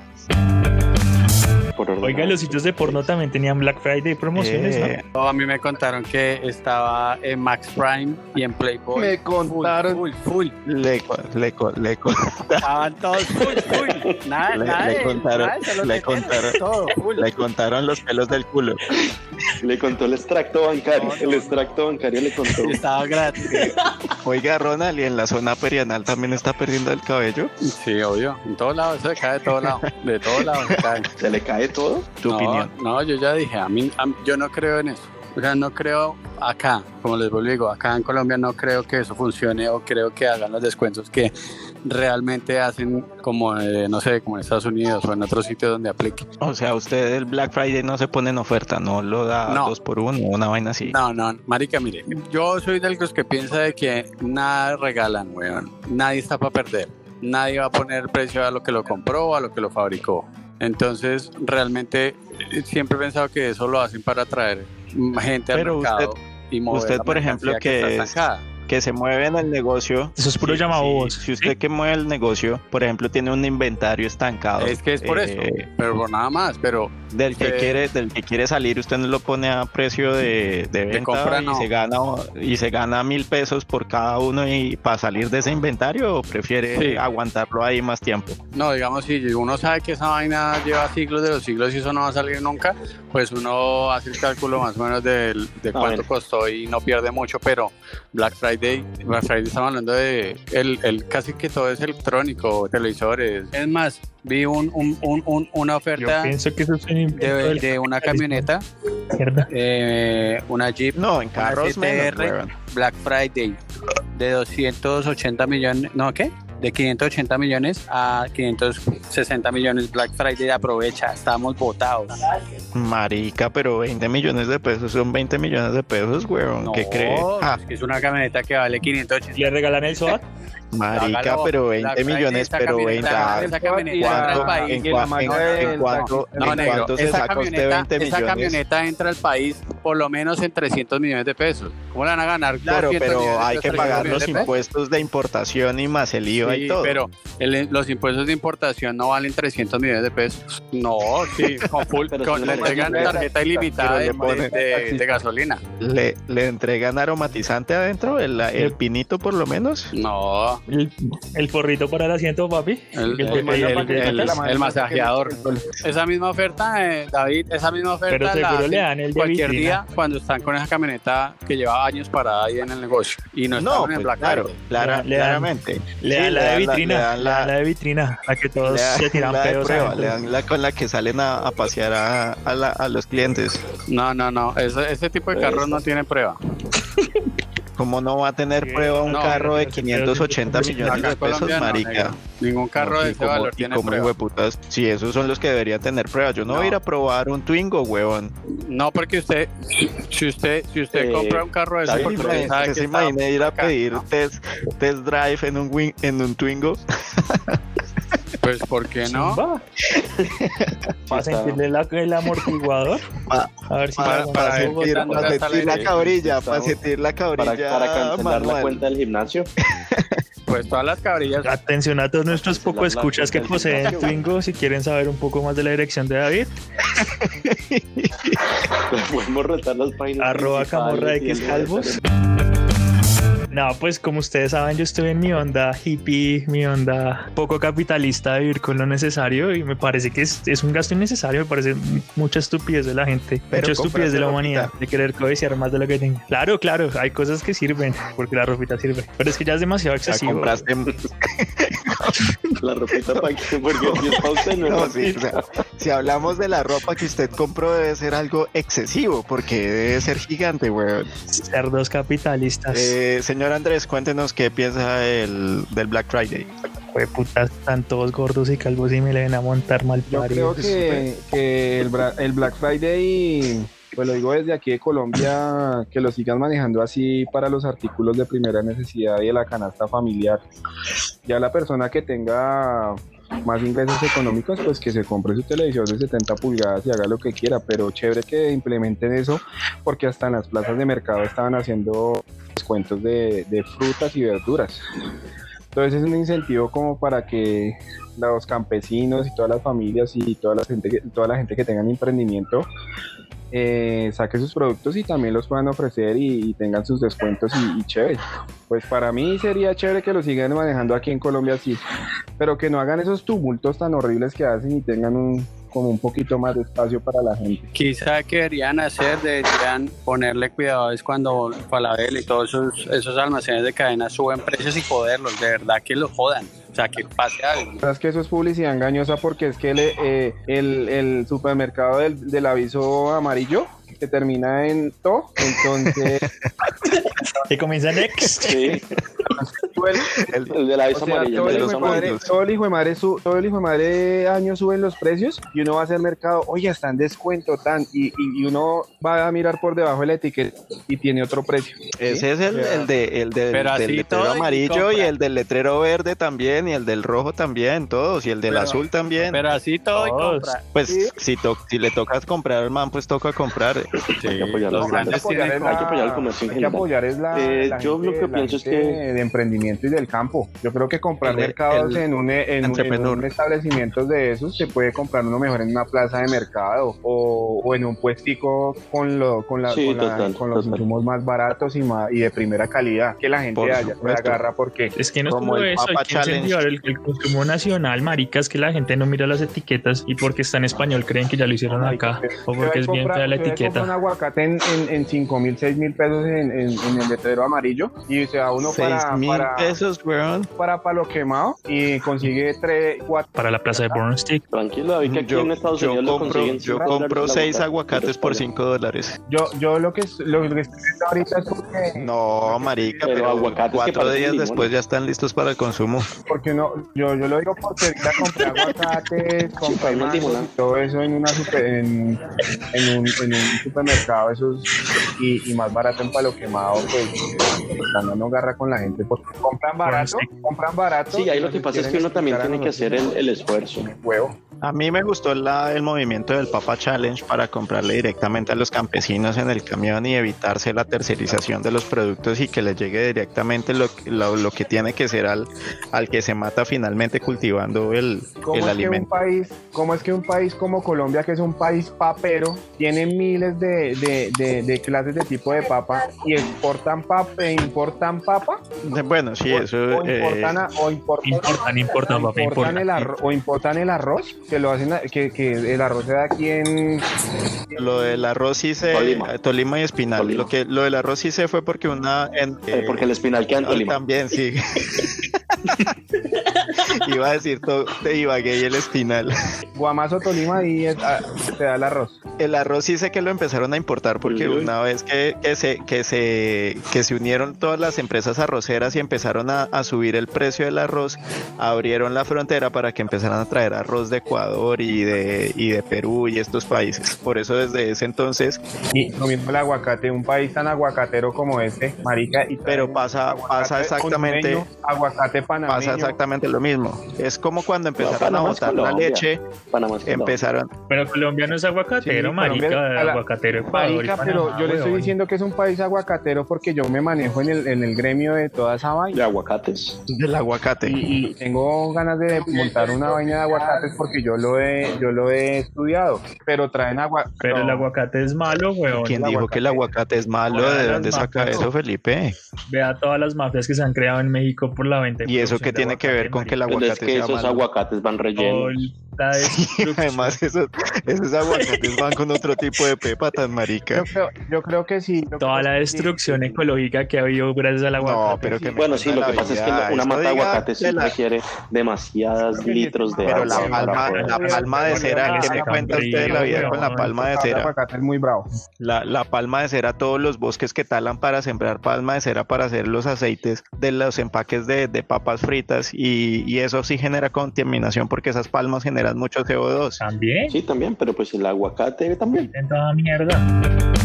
[SPEAKER 3] Por ordenado.
[SPEAKER 2] Oiga, los sitios de porno también tenían Black Friday y promociones, ¿no?
[SPEAKER 1] Eh,
[SPEAKER 4] O a mí me contaron que estaba en Max Prime y en Playboy.
[SPEAKER 5] Me contaron.
[SPEAKER 4] Full, full, full.
[SPEAKER 1] le, co- le, co- le co-
[SPEAKER 4] Estaban todos full, full. Nada,
[SPEAKER 1] Le-
[SPEAKER 4] nada
[SPEAKER 1] le
[SPEAKER 4] de-
[SPEAKER 1] contaron,
[SPEAKER 4] nada de solo
[SPEAKER 1] le
[SPEAKER 4] tener,
[SPEAKER 1] contaron.
[SPEAKER 4] Todo, full.
[SPEAKER 1] le contaron los pelos del culo.
[SPEAKER 3] Le contó el extracto bancario,
[SPEAKER 4] No, no.
[SPEAKER 3] el extracto bancario le contó.
[SPEAKER 4] Y Estaba gratis.
[SPEAKER 1] Oiga, Ronald, ¿y en la zona perianal también está perdiendo el cabello?
[SPEAKER 4] Sí, obvio. En todos lados, eso se cae de todos lados. De todos lados se cae.
[SPEAKER 3] ¿Se le cae todo?
[SPEAKER 1] ¿Tu
[SPEAKER 4] no,
[SPEAKER 1] opinión?
[SPEAKER 4] No, yo ya dije, a mí, a mí- yo no creo en eso. O sea, no creo acá, como les vuelvo y digo, acá en Colombia no creo que eso funcione o creo que hagan los descuentos que realmente hacen como, eh, no sé, como en Estados Unidos o en otros sitios donde aplique.
[SPEAKER 1] O sea, usted el Black Friday no se pone en oferta, no lo da
[SPEAKER 4] No.
[SPEAKER 1] dos por uno, una vaina así.
[SPEAKER 4] No, no, marica, mire, yo soy de los que piensa de que nada regalan, weón. Nadie está para perder. Nadie va a poner precio a lo que lo compró o a lo que lo fabricó. Entonces, realmente eh, siempre he pensado que eso lo hacen para atraer mm, gente al
[SPEAKER 1] Pero
[SPEAKER 4] mercado y mover
[SPEAKER 1] usted,
[SPEAKER 4] la
[SPEAKER 1] por ejemplo,
[SPEAKER 4] mercancía
[SPEAKER 1] que
[SPEAKER 4] está
[SPEAKER 1] es-
[SPEAKER 4] estancada.
[SPEAKER 1] Que se mueve en el negocio.
[SPEAKER 2] Eso es puro
[SPEAKER 1] Sí,
[SPEAKER 2] llamabobos.
[SPEAKER 1] sí, Si usted que mueve el negocio, por ejemplo, tiene un inventario estancado.
[SPEAKER 4] Es que es por
[SPEAKER 1] eh,
[SPEAKER 4] eso, pero por nada más. Pero
[SPEAKER 1] Del que,
[SPEAKER 4] Eh,
[SPEAKER 1] quiere, del que quiere salir, usted no lo pone a precio de, de venta
[SPEAKER 4] compra,
[SPEAKER 1] y,
[SPEAKER 4] no.
[SPEAKER 1] se gana, y se gana mil pesos por cada uno y para salir de ese inventario o prefiere
[SPEAKER 4] Sí.
[SPEAKER 1] aguantarlo ahí más tiempo.
[SPEAKER 4] No, digamos, si uno sabe que esa vaina lleva siglos de los siglos y eso no va a salir nunca, pues uno hace el cálculo más o menos del- de, cuánto
[SPEAKER 3] ver.
[SPEAKER 4] costó y no pierde mucho, pero Black Friday, Black Friday estamos hablando de el, el- casi que todo es electrónico, televisores. Es más, vi un, un- un- un- una
[SPEAKER 2] Yo
[SPEAKER 4] oferta
[SPEAKER 2] pienso que eso es un invento
[SPEAKER 4] de,
[SPEAKER 2] del
[SPEAKER 4] de una camioneta,
[SPEAKER 2] izquierda.
[SPEAKER 4] eh, una Jeep
[SPEAKER 1] No, en carros menos,
[SPEAKER 4] CTR.
[SPEAKER 1] weón.
[SPEAKER 4] Black Friday de 280 millones, ¿no qué? De 580 millones a 560 millones. Black Friday aprovecha, estamos votados.
[SPEAKER 1] Marica, pero 20 millones de pesos son 20 millones de pesos, weón. ¿Qué cree? Ah,
[SPEAKER 4] es que es una camioneta que vale 580.
[SPEAKER 6] ¿Le regalan el SOAT?
[SPEAKER 1] marica,
[SPEAKER 4] Hágalo.
[SPEAKER 1] pero
[SPEAKER 4] Black
[SPEAKER 1] 20
[SPEAKER 4] Friday,
[SPEAKER 1] millones,
[SPEAKER 4] esa
[SPEAKER 1] pero
[SPEAKER 4] camioneta,
[SPEAKER 1] 20.
[SPEAKER 4] hágale esa camioneta
[SPEAKER 1] ¿Cuánto?
[SPEAKER 4] entra al país.
[SPEAKER 1] ¿En,
[SPEAKER 5] en la
[SPEAKER 1] cua-
[SPEAKER 5] mano
[SPEAKER 1] en-
[SPEAKER 5] del
[SPEAKER 1] en cuánto-
[SPEAKER 5] taxi. No,
[SPEAKER 1] en
[SPEAKER 4] negro,
[SPEAKER 1] cuánto se
[SPEAKER 4] esa
[SPEAKER 1] sacó usted
[SPEAKER 4] camioneta-
[SPEAKER 1] 20
[SPEAKER 4] esa
[SPEAKER 1] millones?
[SPEAKER 4] camioneta entra al país por lo menos en 300 millones de pesos. ¿Cómo la van a ganar?
[SPEAKER 1] Claro,
[SPEAKER 4] 200
[SPEAKER 1] pero
[SPEAKER 4] millones,
[SPEAKER 1] hay que
[SPEAKER 4] 300
[SPEAKER 1] pagar
[SPEAKER 4] millones
[SPEAKER 1] los
[SPEAKER 4] de pesos?
[SPEAKER 1] impuestos de importación y más el IVA y
[SPEAKER 4] Sí,
[SPEAKER 1] todo.
[SPEAKER 4] pero el- los impuestos de importación no valen 300 millones de pesos. No, sí, con full,
[SPEAKER 3] Pero si
[SPEAKER 4] con-
[SPEAKER 3] no
[SPEAKER 4] le
[SPEAKER 3] le
[SPEAKER 4] entregan
[SPEAKER 3] ponen-
[SPEAKER 4] tarjeta ilimitada
[SPEAKER 1] pero le
[SPEAKER 4] de,
[SPEAKER 1] ponen-
[SPEAKER 4] de- de gasolina.
[SPEAKER 1] ¿Le, le entregan aromatizante adentro? ¿El, el pinito por lo menos?
[SPEAKER 4] No,
[SPEAKER 6] ¿El, el porrito para el asiento, papi?
[SPEAKER 4] el,
[SPEAKER 6] El-
[SPEAKER 4] el-
[SPEAKER 6] el-
[SPEAKER 4] el-
[SPEAKER 6] el-
[SPEAKER 4] el masajeador. Esa misma oferta, eh, David, esa misma oferta
[SPEAKER 6] Pero
[SPEAKER 4] la
[SPEAKER 6] seguro
[SPEAKER 4] hacen
[SPEAKER 6] le dan el de
[SPEAKER 4] cualquier
[SPEAKER 6] vitrina.
[SPEAKER 4] día cuando están con esa camioneta que lleva años parada ahí en el negocio y no,
[SPEAKER 1] No,
[SPEAKER 4] están en
[SPEAKER 1] pues,
[SPEAKER 4] Black
[SPEAKER 1] claro,
[SPEAKER 4] Friday.
[SPEAKER 1] clara-
[SPEAKER 6] Le dan-
[SPEAKER 1] claramente.
[SPEAKER 6] Le
[SPEAKER 1] Sí,
[SPEAKER 6] dan la de
[SPEAKER 1] le
[SPEAKER 6] vitrina.
[SPEAKER 1] dan
[SPEAKER 6] le
[SPEAKER 1] la-
[SPEAKER 6] dan la de vitrina. A que todos
[SPEAKER 1] le dan
[SPEAKER 6] se tiran
[SPEAKER 1] la de
[SPEAKER 6] pedos.
[SPEAKER 1] prueba,
[SPEAKER 6] adentro.
[SPEAKER 1] le dan la con la que salen a, a pasear a, a la- a los clientes.
[SPEAKER 4] No, no, no, ese, ese tipo
[SPEAKER 1] Pues
[SPEAKER 4] de carros no tiene prueba.
[SPEAKER 1] ¿Cómo no va a tener
[SPEAKER 6] Sí,
[SPEAKER 1] prueba un
[SPEAKER 4] no,
[SPEAKER 1] carro de
[SPEAKER 6] pero-
[SPEAKER 1] 580
[SPEAKER 6] pero-
[SPEAKER 1] millones
[SPEAKER 4] Acá
[SPEAKER 1] de
[SPEAKER 4] en
[SPEAKER 1] pesos,
[SPEAKER 4] Colombia no,
[SPEAKER 1] marica?
[SPEAKER 4] negro. Ningún carro
[SPEAKER 1] No,
[SPEAKER 4] de
[SPEAKER 1] y
[SPEAKER 4] ese
[SPEAKER 1] como-
[SPEAKER 4] valor
[SPEAKER 1] y
[SPEAKER 4] tiene
[SPEAKER 1] como,
[SPEAKER 4] prueba.
[SPEAKER 1] hueputas, si esos son los que deberían tener prueba, yo no, voy a
[SPEAKER 4] No.
[SPEAKER 1] ir a probar un Twingo, huevón.
[SPEAKER 4] No, porque usted, si usted, si usted
[SPEAKER 3] Eh,
[SPEAKER 4] compra un carro de eso,
[SPEAKER 1] David,
[SPEAKER 4] porque
[SPEAKER 1] ¿usted
[SPEAKER 4] usted sabe que
[SPEAKER 1] pues, se
[SPEAKER 4] está-
[SPEAKER 1] imagina ir a
[SPEAKER 4] acá,
[SPEAKER 1] pedir
[SPEAKER 4] ¿no?
[SPEAKER 1] test, test drive en un, win- en un Twingo?
[SPEAKER 4] pues ¿por qué no?
[SPEAKER 6] Chimba. Para sentirle la- el amortiguador.
[SPEAKER 1] Pa-
[SPEAKER 6] A ver si
[SPEAKER 1] Para,
[SPEAKER 4] Para-
[SPEAKER 1] para
[SPEAKER 4] para
[SPEAKER 1] sentir,
[SPEAKER 4] Bogotá,
[SPEAKER 1] para
[SPEAKER 4] hasta
[SPEAKER 1] sentir
[SPEAKER 4] la
[SPEAKER 1] la
[SPEAKER 4] ley.
[SPEAKER 1] cabrilla,
[SPEAKER 3] Estamos-
[SPEAKER 1] para sentir la
[SPEAKER 3] Para,
[SPEAKER 1] cabrilla.
[SPEAKER 3] para cancelar la
[SPEAKER 1] manual.
[SPEAKER 3] cuenta del gimnasio.
[SPEAKER 4] Pues todas las cabrillas.
[SPEAKER 6] Atención a todos nuestros
[SPEAKER 3] Para cancelar
[SPEAKER 6] poco
[SPEAKER 3] la
[SPEAKER 6] escuchas que
[SPEAKER 3] cuenta del
[SPEAKER 6] poseen
[SPEAKER 3] gimnasio.
[SPEAKER 6] Twingo. Si quieren saber un poco más de la dirección de David,
[SPEAKER 3] Podemos retar las páginas.
[SPEAKER 6] arroba
[SPEAKER 3] principales
[SPEAKER 6] camorra
[SPEAKER 3] y el
[SPEAKER 6] X
[SPEAKER 3] de-
[SPEAKER 6] calvos. No, pues como ustedes saben, yo estoy en mi onda hippie, mi onda poco capitalista de vivir con lo necesario y me parece que es, es un gasto innecesario, me parece m- mucha estupidez de la gente,
[SPEAKER 1] Pero
[SPEAKER 6] mucha estupidez de la
[SPEAKER 1] cómprate
[SPEAKER 6] humanidad, de querer codiciar más de lo que tenga. Claro, claro, hay cosas que sirven, porque la ropita sirve, pero es que ya es demasiado
[SPEAKER 1] La
[SPEAKER 6] excesivo.
[SPEAKER 1] compraste.
[SPEAKER 3] La ropita para que. Porque si es pa' usted, no es
[SPEAKER 1] No,
[SPEAKER 3] pa'
[SPEAKER 1] sí,
[SPEAKER 3] ti.
[SPEAKER 1] o sea, si hablamos de la ropa que usted compró, debe ser algo excesivo, porque debe ser gigante, weón.
[SPEAKER 6] Cerdos capitalistas.
[SPEAKER 1] Eh, señor Andrés, cuéntenos qué piensa del, del Black Friday.
[SPEAKER 6] Fue putas, están todos gordos y calvos y me le ven a montar mal
[SPEAKER 5] Yo creo
[SPEAKER 6] paridos.
[SPEAKER 5] que, que el, Bra- el Black Friday, pues lo digo desde aquí de Colombia, que lo sigan manejando así para los artículos de primera necesidad y de la canasta familiar. Ya la persona que tenga más ingresos económicos, pues que se compre su televisión de 70 pulgadas y haga lo que quiera, pero chévere que implementen eso, porque hasta en las plazas de mercado estaban haciendo descuentos de, de frutas y verduras. Entonces es un incentivo como para que los campesinos y todas las familias y toda la gente que, toda la gente que tengan emprendimiento eh, saque sus productos y también los puedan ofrecer y, y tengan sus descuentos y, y chévere. Pues para mí sería chévere que lo sigan manejando aquí en Colombia así, pero que no hagan esos tumultos tan horribles que hacen y tengan un como un poquito más de espacio para la gente.
[SPEAKER 4] Quizá que deberían hacer, deberían ponerle cuidado, es cuando Falabel y todos esos, esos almacenes de cadena suben precios y joderlos, de verdad que los jodan, o sea, que pase algo.
[SPEAKER 5] Sabes que eso es publicidad engañosa porque es que el, eh, el, el supermercado del, del aviso amarillo que termina en to, entonces
[SPEAKER 6] Que comienza next.
[SPEAKER 3] Sí,
[SPEAKER 5] pues,
[SPEAKER 1] El-
[SPEAKER 3] el de la
[SPEAKER 5] O
[SPEAKER 3] vez
[SPEAKER 5] sea,
[SPEAKER 3] amarilla.
[SPEAKER 5] todo,
[SPEAKER 3] el
[SPEAKER 5] el
[SPEAKER 3] de
[SPEAKER 5] hijo
[SPEAKER 3] los
[SPEAKER 5] de madre,
[SPEAKER 3] amarillos.
[SPEAKER 5] todo el hijo de madre su- todo el hijo de madre año suben los precios y uno va a hacer mercado, oye, está en descuento tan y, y- y uno va a mirar por debajo de la etiqueta y tiene otro precio.
[SPEAKER 1] Ese es el,
[SPEAKER 5] O sea,
[SPEAKER 1] el de, el del-
[SPEAKER 4] pero
[SPEAKER 1] del
[SPEAKER 4] así
[SPEAKER 1] letrero
[SPEAKER 4] todo y
[SPEAKER 1] amarillo y
[SPEAKER 4] compra.
[SPEAKER 1] el del letrero verde también, y el del rojo también, todos, y el del
[SPEAKER 4] Pero-
[SPEAKER 1] azul también.
[SPEAKER 4] Pero así todo y
[SPEAKER 3] Oh,
[SPEAKER 6] Todos.
[SPEAKER 4] compra.
[SPEAKER 1] Pues
[SPEAKER 5] Sí.
[SPEAKER 1] si, to- si le tocas comprar al man, pues toca comprar.
[SPEAKER 3] Hay que apoyar
[SPEAKER 4] los
[SPEAKER 3] las
[SPEAKER 4] grandes
[SPEAKER 3] grandes.
[SPEAKER 4] tienen
[SPEAKER 5] es
[SPEAKER 3] hay que apoyar el comercio en
[SPEAKER 5] hay que
[SPEAKER 3] general.
[SPEAKER 5] apoyar es la,
[SPEAKER 3] Eh,
[SPEAKER 5] la
[SPEAKER 3] yo lo que
[SPEAKER 5] la
[SPEAKER 3] pienso es
[SPEAKER 5] gente
[SPEAKER 3] que-
[SPEAKER 5] de emprendimiento. conocimiento y del campo. Yo creo que comprar
[SPEAKER 1] El-
[SPEAKER 5] mercados
[SPEAKER 1] el
[SPEAKER 5] en un, en, un- en
[SPEAKER 1] entrepreneur.
[SPEAKER 5] un establecimiento de esos se puede comprar uno mejor en una plaza de mercado o, o en un puestico con, lo, con, la-
[SPEAKER 3] Sí,
[SPEAKER 5] con, la-
[SPEAKER 3] total,
[SPEAKER 5] con los
[SPEAKER 3] total.
[SPEAKER 5] insumos más baratos y, ma- y de primera calidad que la gente
[SPEAKER 1] Por
[SPEAKER 5] haya, se
[SPEAKER 1] supuesto.
[SPEAKER 5] agarra porque
[SPEAKER 6] Es que no es
[SPEAKER 1] Como
[SPEAKER 6] todo
[SPEAKER 1] el
[SPEAKER 6] eso, hay
[SPEAKER 1] Papa
[SPEAKER 6] que
[SPEAKER 1] Challenge.
[SPEAKER 6] incentivar el, el consumo nacional, marica, es que la gente no mira las etiquetas y porque está en español creen que ya lo hicieron acá o porque es bien fea la
[SPEAKER 5] un
[SPEAKER 6] etiqueta.
[SPEAKER 5] aguacate en, en, en 5 mil, 6 mil pesos en, en, en el letrero amarillo y se va uno
[SPEAKER 1] Seis
[SPEAKER 5] para,
[SPEAKER 1] mil
[SPEAKER 5] para,
[SPEAKER 1] pesos, weón.
[SPEAKER 5] para palo quemado y consigue 3, 4.
[SPEAKER 6] Para la plaza de Burnstick.
[SPEAKER 3] Tranquilo, David, que aquí
[SPEAKER 1] Yo,
[SPEAKER 3] en Estados
[SPEAKER 1] yo
[SPEAKER 3] Unidos lo
[SPEAKER 1] compro,
[SPEAKER 3] consiguen
[SPEAKER 1] yo
[SPEAKER 3] cinco dólares
[SPEAKER 1] compro
[SPEAKER 3] la
[SPEAKER 1] seis
[SPEAKER 3] mitad.
[SPEAKER 1] aguacates por
[SPEAKER 3] Entonces,
[SPEAKER 1] 5 dólares.
[SPEAKER 5] Yo, yo lo que es- lo que estoy viendo ahorita es porque,
[SPEAKER 1] No, marica,
[SPEAKER 3] Pero
[SPEAKER 1] pero,
[SPEAKER 3] aguacates que
[SPEAKER 1] cuatro
[SPEAKER 3] parecen
[SPEAKER 1] días
[SPEAKER 3] limones.
[SPEAKER 1] después ya están listos para el consumo.
[SPEAKER 5] porque no, yo, yo lo digo porque ahorita compré aguacates, compré
[SPEAKER 3] Sí, no digo
[SPEAKER 5] mangos
[SPEAKER 3] nada.
[SPEAKER 5] y todo eso en una super- en, en un, en un supermercado esos y, y más barato en palo quemado, pues no no garra con la gente porque compran barato, compran barato.
[SPEAKER 3] Sí, ahí lo
[SPEAKER 5] y
[SPEAKER 3] que
[SPEAKER 5] nos
[SPEAKER 3] pasa es que
[SPEAKER 5] quieren
[SPEAKER 3] uno también
[SPEAKER 5] explicar a
[SPEAKER 3] tiene que hacer el, el esfuerzo.
[SPEAKER 1] Eh,
[SPEAKER 5] nosotros, huevo.
[SPEAKER 1] A mí me gustó la- el movimiento del Papa Challenge para comprarle directamente a los campesinos en el camión y evitarse la tercerización de los productos y que les llegue directamente lo, que- lo, lo que tiene que ser al, al que se mata finalmente cultivando el,
[SPEAKER 5] ¿Cómo
[SPEAKER 1] el
[SPEAKER 5] es que un
[SPEAKER 1] alimento.
[SPEAKER 5] país, cómo es que un país como Colombia, que es un país papero, tiene miles de, de- de- de clases de tipo de papa y exportan papa e importan papa?
[SPEAKER 1] Bueno, sí,
[SPEAKER 5] o-
[SPEAKER 1] eso...
[SPEAKER 5] o,
[SPEAKER 1] eh,
[SPEAKER 5] importan, a- o importan,
[SPEAKER 6] Importan, importan, papá,
[SPEAKER 5] importan el
[SPEAKER 6] importan.
[SPEAKER 5] arroz, o importan el arroz, que lo hacen, a- que, que el arroz se da aquí en
[SPEAKER 1] Lo del arroz sí se
[SPEAKER 3] Tolima.
[SPEAKER 1] Tolima, y Espinal.
[SPEAKER 3] Tolima.
[SPEAKER 1] Lo que lo del arroz sí se fue porque una en-
[SPEAKER 3] Eh,
[SPEAKER 1] eh,
[SPEAKER 3] porque el espinal queda en
[SPEAKER 1] ah,
[SPEAKER 3] Tolima.
[SPEAKER 1] también sí. Iba a decir todo de Ibagué y el Espinal.
[SPEAKER 5] Guamazo, Tolima, y es- ah, se da el arroz.
[SPEAKER 1] El arroz sí sé que lo empezaron a importar porque
[SPEAKER 3] Uy.
[SPEAKER 1] una vez que, que se, que, se, que se unieron todas las empresas arroceras y empezaron a, a subir el precio del arroz, abrieron la frontera para que empezaran a traer arroz de Ecuador y de, y de Perú y estos países. Por eso desde ese entonces,
[SPEAKER 5] Y lo mismo el aguacate, un país tan aguacatero como este, marica, y
[SPEAKER 1] pero pasa, pasa
[SPEAKER 5] aguacate
[SPEAKER 1] exactamente...
[SPEAKER 5] hondureño, aguacate panameño.
[SPEAKER 1] Pasa exactamente lo mismo. Es como cuando empezaron a
[SPEAKER 3] Panamá es
[SPEAKER 1] botar la
[SPEAKER 3] Colombia.
[SPEAKER 1] leche,
[SPEAKER 3] Panamá es Panamá.
[SPEAKER 1] empezaron,
[SPEAKER 6] Pero Colombia no es aguacatero,
[SPEAKER 5] Sí,
[SPEAKER 6] marica,
[SPEAKER 5] Colombia- a la-
[SPEAKER 6] aguacatero Ecuador. y
[SPEAKER 5] Marica, pero
[SPEAKER 6] Panamá,
[SPEAKER 5] yo le estoy
[SPEAKER 6] weón.
[SPEAKER 5] diciendo que es un país aguacatero porque yo me manejo en el, en el gremio de toda esa vaina.
[SPEAKER 3] De aguacates.
[SPEAKER 1] del aguacate.
[SPEAKER 5] Y, y tengo ganas de montar una vaina de aguacates porque yo lo he, yo lo he estudiado. Pero traen agua.
[SPEAKER 6] Pero el
[SPEAKER 5] no,
[SPEAKER 6] aguacate es malo, weón.
[SPEAKER 1] ¿Quién
[SPEAKER 5] el
[SPEAKER 1] dijo que el aguacate es malo?
[SPEAKER 6] Ahora
[SPEAKER 1] ¿De
[SPEAKER 6] las
[SPEAKER 1] dónde saca
[SPEAKER 6] vacunas.
[SPEAKER 1] eso, Felipe?
[SPEAKER 6] Vea todas las mafias que se han creado en México por la venta.
[SPEAKER 1] ¿Y eso qué tiene que ver con que el
[SPEAKER 3] Pero Pues es
[SPEAKER 1] aguacate
[SPEAKER 3] que
[SPEAKER 1] sea
[SPEAKER 3] esos
[SPEAKER 1] malo?
[SPEAKER 3] aguacates van rellenos.
[SPEAKER 6] la
[SPEAKER 1] Y además, esos, esos aguacates van con otro tipo de pepa tan marica.
[SPEAKER 5] Yo creo, yo creo que sí. yo
[SPEAKER 6] Toda
[SPEAKER 5] creo
[SPEAKER 6] la
[SPEAKER 5] que
[SPEAKER 6] destrucción
[SPEAKER 5] sí.
[SPEAKER 6] ecológica que ha habido gracias al aguacate.
[SPEAKER 1] No, pero que me
[SPEAKER 3] Bueno, sí,
[SPEAKER 1] cuenta
[SPEAKER 3] lo que
[SPEAKER 1] la
[SPEAKER 3] pasa es que
[SPEAKER 1] vida.
[SPEAKER 3] una
[SPEAKER 1] Esto
[SPEAKER 3] mata de
[SPEAKER 1] diga
[SPEAKER 3] aguacate sí
[SPEAKER 1] de la-
[SPEAKER 3] requiere demasiados litros de
[SPEAKER 1] Pero
[SPEAKER 3] agua.
[SPEAKER 1] la
[SPEAKER 3] para
[SPEAKER 1] palma,
[SPEAKER 3] poder-
[SPEAKER 1] la palma de cera, ¿qué me cuenta usted de la vida con la palma de
[SPEAKER 5] Habla de
[SPEAKER 1] cera?
[SPEAKER 5] aguacate es muy bravo.
[SPEAKER 1] La, la palma de cera, todos los bosques que talan para sembrar palma de cera para hacer los aceites de los empaques de, de papas fritas y, y eso sí genera contaminación porque esas palmas generan mucho
[SPEAKER 5] Ah,
[SPEAKER 1] CO2.
[SPEAKER 6] También,
[SPEAKER 3] Sí, también, pero pues el aguacate también.
[SPEAKER 6] en toda mierda.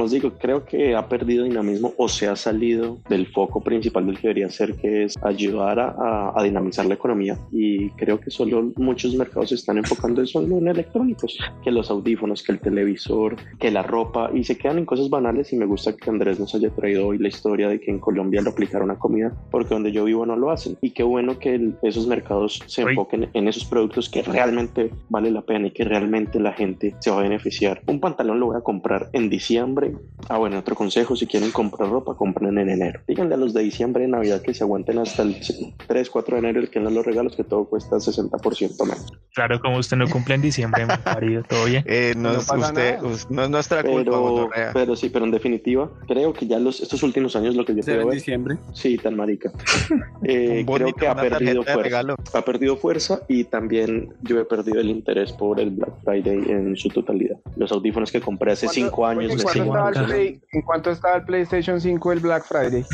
[SPEAKER 3] Como os digo, creo que ha perdido dinamismo o se ha salido del foco principal del que debería ser, que es ayudar a, a- a dinamizar la economía. Y creo que solo muchos mercados se están enfocando en solo en electrónicos, que los audífonos, que el televisor, que la ropa, y se quedan en cosas banales. Y me gusta que Andrés nos haya traído hoy la historia de que en Colombia lo aplicaron a comida, porque donde yo vivo no lo hacen. Y qué bueno que el- esos mercados se
[SPEAKER 6] Oye.
[SPEAKER 3] enfoquen en esos productos que realmente vale la pena y que realmente la gente se va a beneficiar. Un pantalón lo voy a comprar en diciembre Ah, bueno, otro consejo, si quieren comprar ropa, compren en enero. Díganle a los de diciembre y Navidad que se aguanten hasta el 3, 4 de enero el que no los regalos, que todo cuesta 60% menos.
[SPEAKER 6] Claro, como usted no cumple en diciembre, mi marido, todo bien.
[SPEAKER 1] Eh, no,
[SPEAKER 5] No
[SPEAKER 1] es
[SPEAKER 5] pasa
[SPEAKER 1] usted-
[SPEAKER 5] nada.
[SPEAKER 1] us- no es nuestra culpa,
[SPEAKER 3] Pero,
[SPEAKER 1] gonorrea.
[SPEAKER 3] pero sí, pero en definitiva, creo que ya los, estos últimos años lo que yo
[SPEAKER 4] Será en
[SPEAKER 3] veo es,
[SPEAKER 4] diciembre.
[SPEAKER 3] sí, tan marica,
[SPEAKER 1] Un
[SPEAKER 3] Eh, creo
[SPEAKER 1] bonito,
[SPEAKER 3] que ha
[SPEAKER 1] una
[SPEAKER 3] perdido
[SPEAKER 1] tarjeta de
[SPEAKER 3] fuerza.
[SPEAKER 1] regalo.
[SPEAKER 3] Ha perdido fuerza y también yo he perdido el interés por el Black Friday en su totalidad. Los audífonos que compré hace 5
[SPEAKER 5] ¿Cuánto-
[SPEAKER 3] años
[SPEAKER 5] oye,
[SPEAKER 3] me
[SPEAKER 5] ¿cuánto
[SPEAKER 3] siguen
[SPEAKER 5] estaba el
[SPEAKER 3] funcionando.
[SPEAKER 5] Play- ¿En cuánto estaba el PlayStation 5 el Black Friday?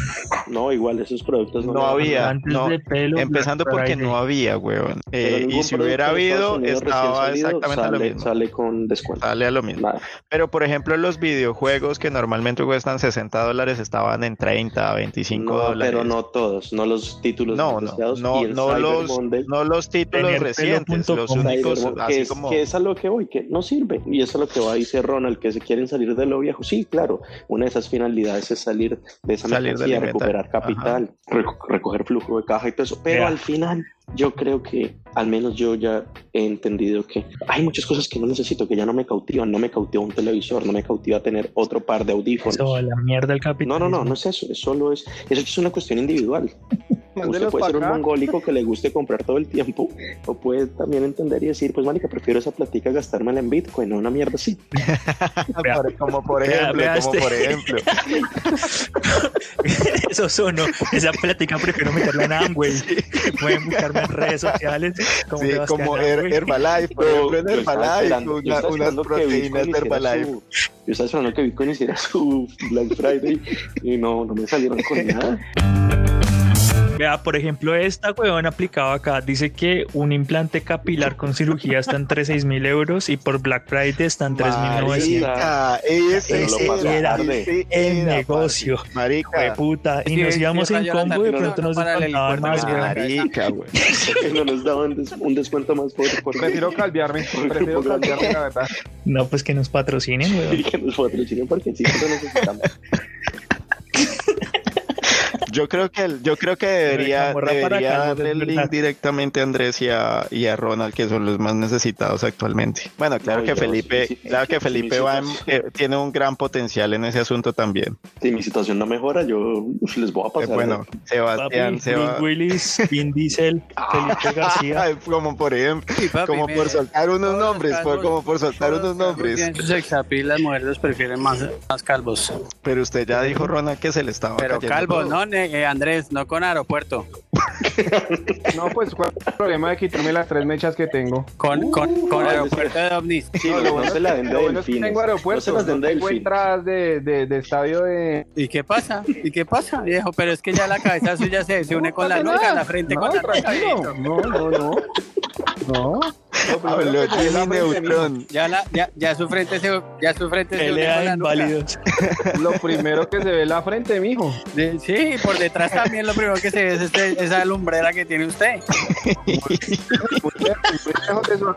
[SPEAKER 3] No, igual, esos productos
[SPEAKER 1] No
[SPEAKER 3] me-
[SPEAKER 1] había.
[SPEAKER 6] Antes
[SPEAKER 1] no,
[SPEAKER 6] de pelo,
[SPEAKER 1] Empezando
[SPEAKER 6] Black
[SPEAKER 1] porque
[SPEAKER 6] Friday.
[SPEAKER 1] no había, weón. Eh,
[SPEAKER 3] Pero ningún
[SPEAKER 1] y si hubiera
[SPEAKER 3] producto en
[SPEAKER 1] habido,
[SPEAKER 3] Estados Unidos recién
[SPEAKER 1] estaba
[SPEAKER 3] salido
[SPEAKER 1] exactamente lo
[SPEAKER 3] sale-
[SPEAKER 1] mismo.
[SPEAKER 3] Sale con descuento.
[SPEAKER 1] Sale a lo mismo.
[SPEAKER 3] Nada.
[SPEAKER 1] Pero por ejemplo, los videojuegos que normalmente cuestan 60 dólares estaban en 30, 25
[SPEAKER 3] No,
[SPEAKER 1] dólares.
[SPEAKER 3] Pero no todos, no los títulos
[SPEAKER 1] no,
[SPEAKER 3] más
[SPEAKER 1] no,
[SPEAKER 3] deseados
[SPEAKER 1] no,
[SPEAKER 3] y el
[SPEAKER 1] no
[SPEAKER 3] Cyber
[SPEAKER 1] los,
[SPEAKER 3] Monday,
[SPEAKER 1] no los títulos
[SPEAKER 6] Tener
[SPEAKER 1] recientes,
[SPEAKER 6] pelo punto
[SPEAKER 1] los
[SPEAKER 6] com.
[SPEAKER 1] únicos,
[SPEAKER 3] Cyber Monday, que,
[SPEAKER 1] así
[SPEAKER 3] es,
[SPEAKER 1] como
[SPEAKER 3] que es a lo que voy, que no sirve. Y eso es a lo que va, dice Ronald, que se quieren salir de lo viejo. Sí, claro. Una de esas finalidades es salir de esa
[SPEAKER 1] Salir de
[SPEAKER 3] mercancía,
[SPEAKER 1] la meta.
[SPEAKER 3] recuperar capital, reco- recoger flujo de caja y todo eso. Pero
[SPEAKER 2] Vea.
[SPEAKER 3] al final, yo creo que, al menos yo ya he entendido que hay muchas cosas que no necesito, que ya no me cautivan. No me cautiva un televisor, no me cautiva tener otro par de audífonos.
[SPEAKER 2] Eso, la mierda del
[SPEAKER 3] No,
[SPEAKER 2] capitalismo.
[SPEAKER 3] no, no, no es eso. Es solo es. Eso es una cuestión individual. Usted
[SPEAKER 5] Mándelos
[SPEAKER 3] Pues puede
[SPEAKER 5] pa'
[SPEAKER 3] ser un
[SPEAKER 5] acá.
[SPEAKER 3] mongólico que le guste comprar todo el tiempo, o puede también entender y decir, pues, marica, prefiero esa platica gastármela en Bitcoin, no una mierda así.
[SPEAKER 2] Vea.
[SPEAKER 1] Por- como por
[SPEAKER 2] Vea,
[SPEAKER 1] ejemplo,
[SPEAKER 2] vea
[SPEAKER 1] como
[SPEAKER 2] este.
[SPEAKER 1] por ejemplo.
[SPEAKER 2] Eso sonó. Esa plática prefiero meterla en Amway. Pueden buscarme en redes sociales. Como
[SPEAKER 1] Sí,
[SPEAKER 2] Sebastián
[SPEAKER 1] como Her-
[SPEAKER 2] Amway.
[SPEAKER 1] Herbalife, por ejemplo, en
[SPEAKER 3] Yo estaba
[SPEAKER 1] Herbalife,
[SPEAKER 3] esperando- yo
[SPEAKER 1] una-
[SPEAKER 3] estaba
[SPEAKER 1] unas
[SPEAKER 3] esperando que
[SPEAKER 1] proteínas
[SPEAKER 3] Bitcoin
[SPEAKER 1] de
[SPEAKER 3] hiciera
[SPEAKER 1] Herbalife.
[SPEAKER 3] su- Yo estaba esperando que Bitcoin hiciera su Black Friday y no, no me salieron con nada.
[SPEAKER 2] Vea, por ejemplo, esta huevón aplicado acá dice que un implante capilar con cirugía está entre 6 mil euros y por Black Friday está en 3.900.
[SPEAKER 1] Marica, ese,
[SPEAKER 2] Pero lo pasó
[SPEAKER 1] era,
[SPEAKER 3] tarde.
[SPEAKER 1] ese
[SPEAKER 2] El
[SPEAKER 1] era,
[SPEAKER 2] negocio,
[SPEAKER 1] parce. Marica,
[SPEAKER 2] de puta. Y
[SPEAKER 4] Sí,
[SPEAKER 2] nos
[SPEAKER 4] sí,
[SPEAKER 2] íbamos en
[SPEAKER 4] rayó la
[SPEAKER 2] combo y de
[SPEAKER 4] tarjeta,
[SPEAKER 2] pronto
[SPEAKER 4] no,
[SPEAKER 2] nos
[SPEAKER 4] para el
[SPEAKER 2] faltaban
[SPEAKER 4] importe
[SPEAKER 2] más,
[SPEAKER 4] máximo.
[SPEAKER 2] weón.
[SPEAKER 1] marica, güey.
[SPEAKER 3] No nos daban des- un descuento más por, por
[SPEAKER 5] Prefiero caldearme, prefiero caldearme, la verdad.
[SPEAKER 2] No, pues que nos patrocinen, weón.
[SPEAKER 3] y que nos patrocinen porque sí, eso necesitamos.
[SPEAKER 1] Yo creo que el- yo creo que debería,
[SPEAKER 2] camorra para
[SPEAKER 1] debería
[SPEAKER 2] acá,
[SPEAKER 1] darle
[SPEAKER 2] es
[SPEAKER 1] el link
[SPEAKER 2] verdad.
[SPEAKER 1] directamente a Andrés y a, y a Ronald, que son los más necesitados actualmente. Bueno, claro
[SPEAKER 3] No,
[SPEAKER 1] que
[SPEAKER 3] yo,
[SPEAKER 1] Felipe,
[SPEAKER 3] sí, sí,
[SPEAKER 1] claro que
[SPEAKER 3] sí,
[SPEAKER 1] Felipe
[SPEAKER 3] sí,
[SPEAKER 1] va
[SPEAKER 3] sí.
[SPEAKER 1] en- eh, tiene un gran potencial en ese asunto también.
[SPEAKER 3] Si mi situación no mejora, yo les voy a
[SPEAKER 1] Eh,
[SPEAKER 3] pasar.
[SPEAKER 1] Bueno,
[SPEAKER 2] Papi,
[SPEAKER 1] Sebastián Ah. se va.
[SPEAKER 2] Bruce Willis, Vin Diesel, Felipe García.
[SPEAKER 1] Ay, como por ejemplo,
[SPEAKER 4] Sí, papi,
[SPEAKER 1] como
[SPEAKER 4] mire,
[SPEAKER 1] por soltar unos
[SPEAKER 4] todos los
[SPEAKER 1] nombres, fue
[SPEAKER 4] calvos-
[SPEAKER 1] como por soltar
[SPEAKER 4] todos
[SPEAKER 1] unos
[SPEAKER 4] los calvos
[SPEAKER 1] nombres.
[SPEAKER 4] tienen su sex appeal, las mujeres los prefieren más, más calvos.
[SPEAKER 1] Pero usted ya dijo Ronald que se le estaba
[SPEAKER 4] Pero
[SPEAKER 1] cayendo
[SPEAKER 4] calvo,
[SPEAKER 1] todo.
[SPEAKER 4] no, ne- eh, Andrés, no con aeropuerto.
[SPEAKER 5] No, pues, ¿cuál es el problema de quitarme las tres mechas que tengo?
[SPEAKER 4] Con, con, con
[SPEAKER 3] ah,
[SPEAKER 4] aeropuerto de ovnis.
[SPEAKER 3] Sí, no,
[SPEAKER 5] No, lo
[SPEAKER 3] no
[SPEAKER 5] bueno
[SPEAKER 3] se la den de
[SPEAKER 5] Lo bueno es que
[SPEAKER 3] delfines.
[SPEAKER 5] tengo
[SPEAKER 3] No se
[SPEAKER 5] aeropuerto,
[SPEAKER 3] las
[SPEAKER 5] no
[SPEAKER 3] den de
[SPEAKER 5] tengo
[SPEAKER 3] delfines.
[SPEAKER 5] entradas de, de, de estadio de...
[SPEAKER 4] ¿Y qué pasa? ¿Y qué pasa, viejo? Pero es que ya la cabeza suya se, se une con la
[SPEAKER 5] No pasa
[SPEAKER 4] nuca,
[SPEAKER 5] nada.
[SPEAKER 4] la frente
[SPEAKER 5] No,
[SPEAKER 4] con la nuca.
[SPEAKER 5] tranquilo.
[SPEAKER 4] viejito.
[SPEAKER 5] No, no, no. No.
[SPEAKER 1] Habló Jimmy Neutron.
[SPEAKER 4] Ya, la, ya, ya su frente se, ya su frente se une
[SPEAKER 2] Pelea
[SPEAKER 4] con
[SPEAKER 2] de
[SPEAKER 4] la nuca.
[SPEAKER 2] inválidos.
[SPEAKER 5] Lo primero que se ve es la frente, mijo.
[SPEAKER 4] De- sí, y por detrás también lo primero que se ve es este- esa lumbrera que tiene usted.
[SPEAKER 5] Muy lejos, muy lejos de su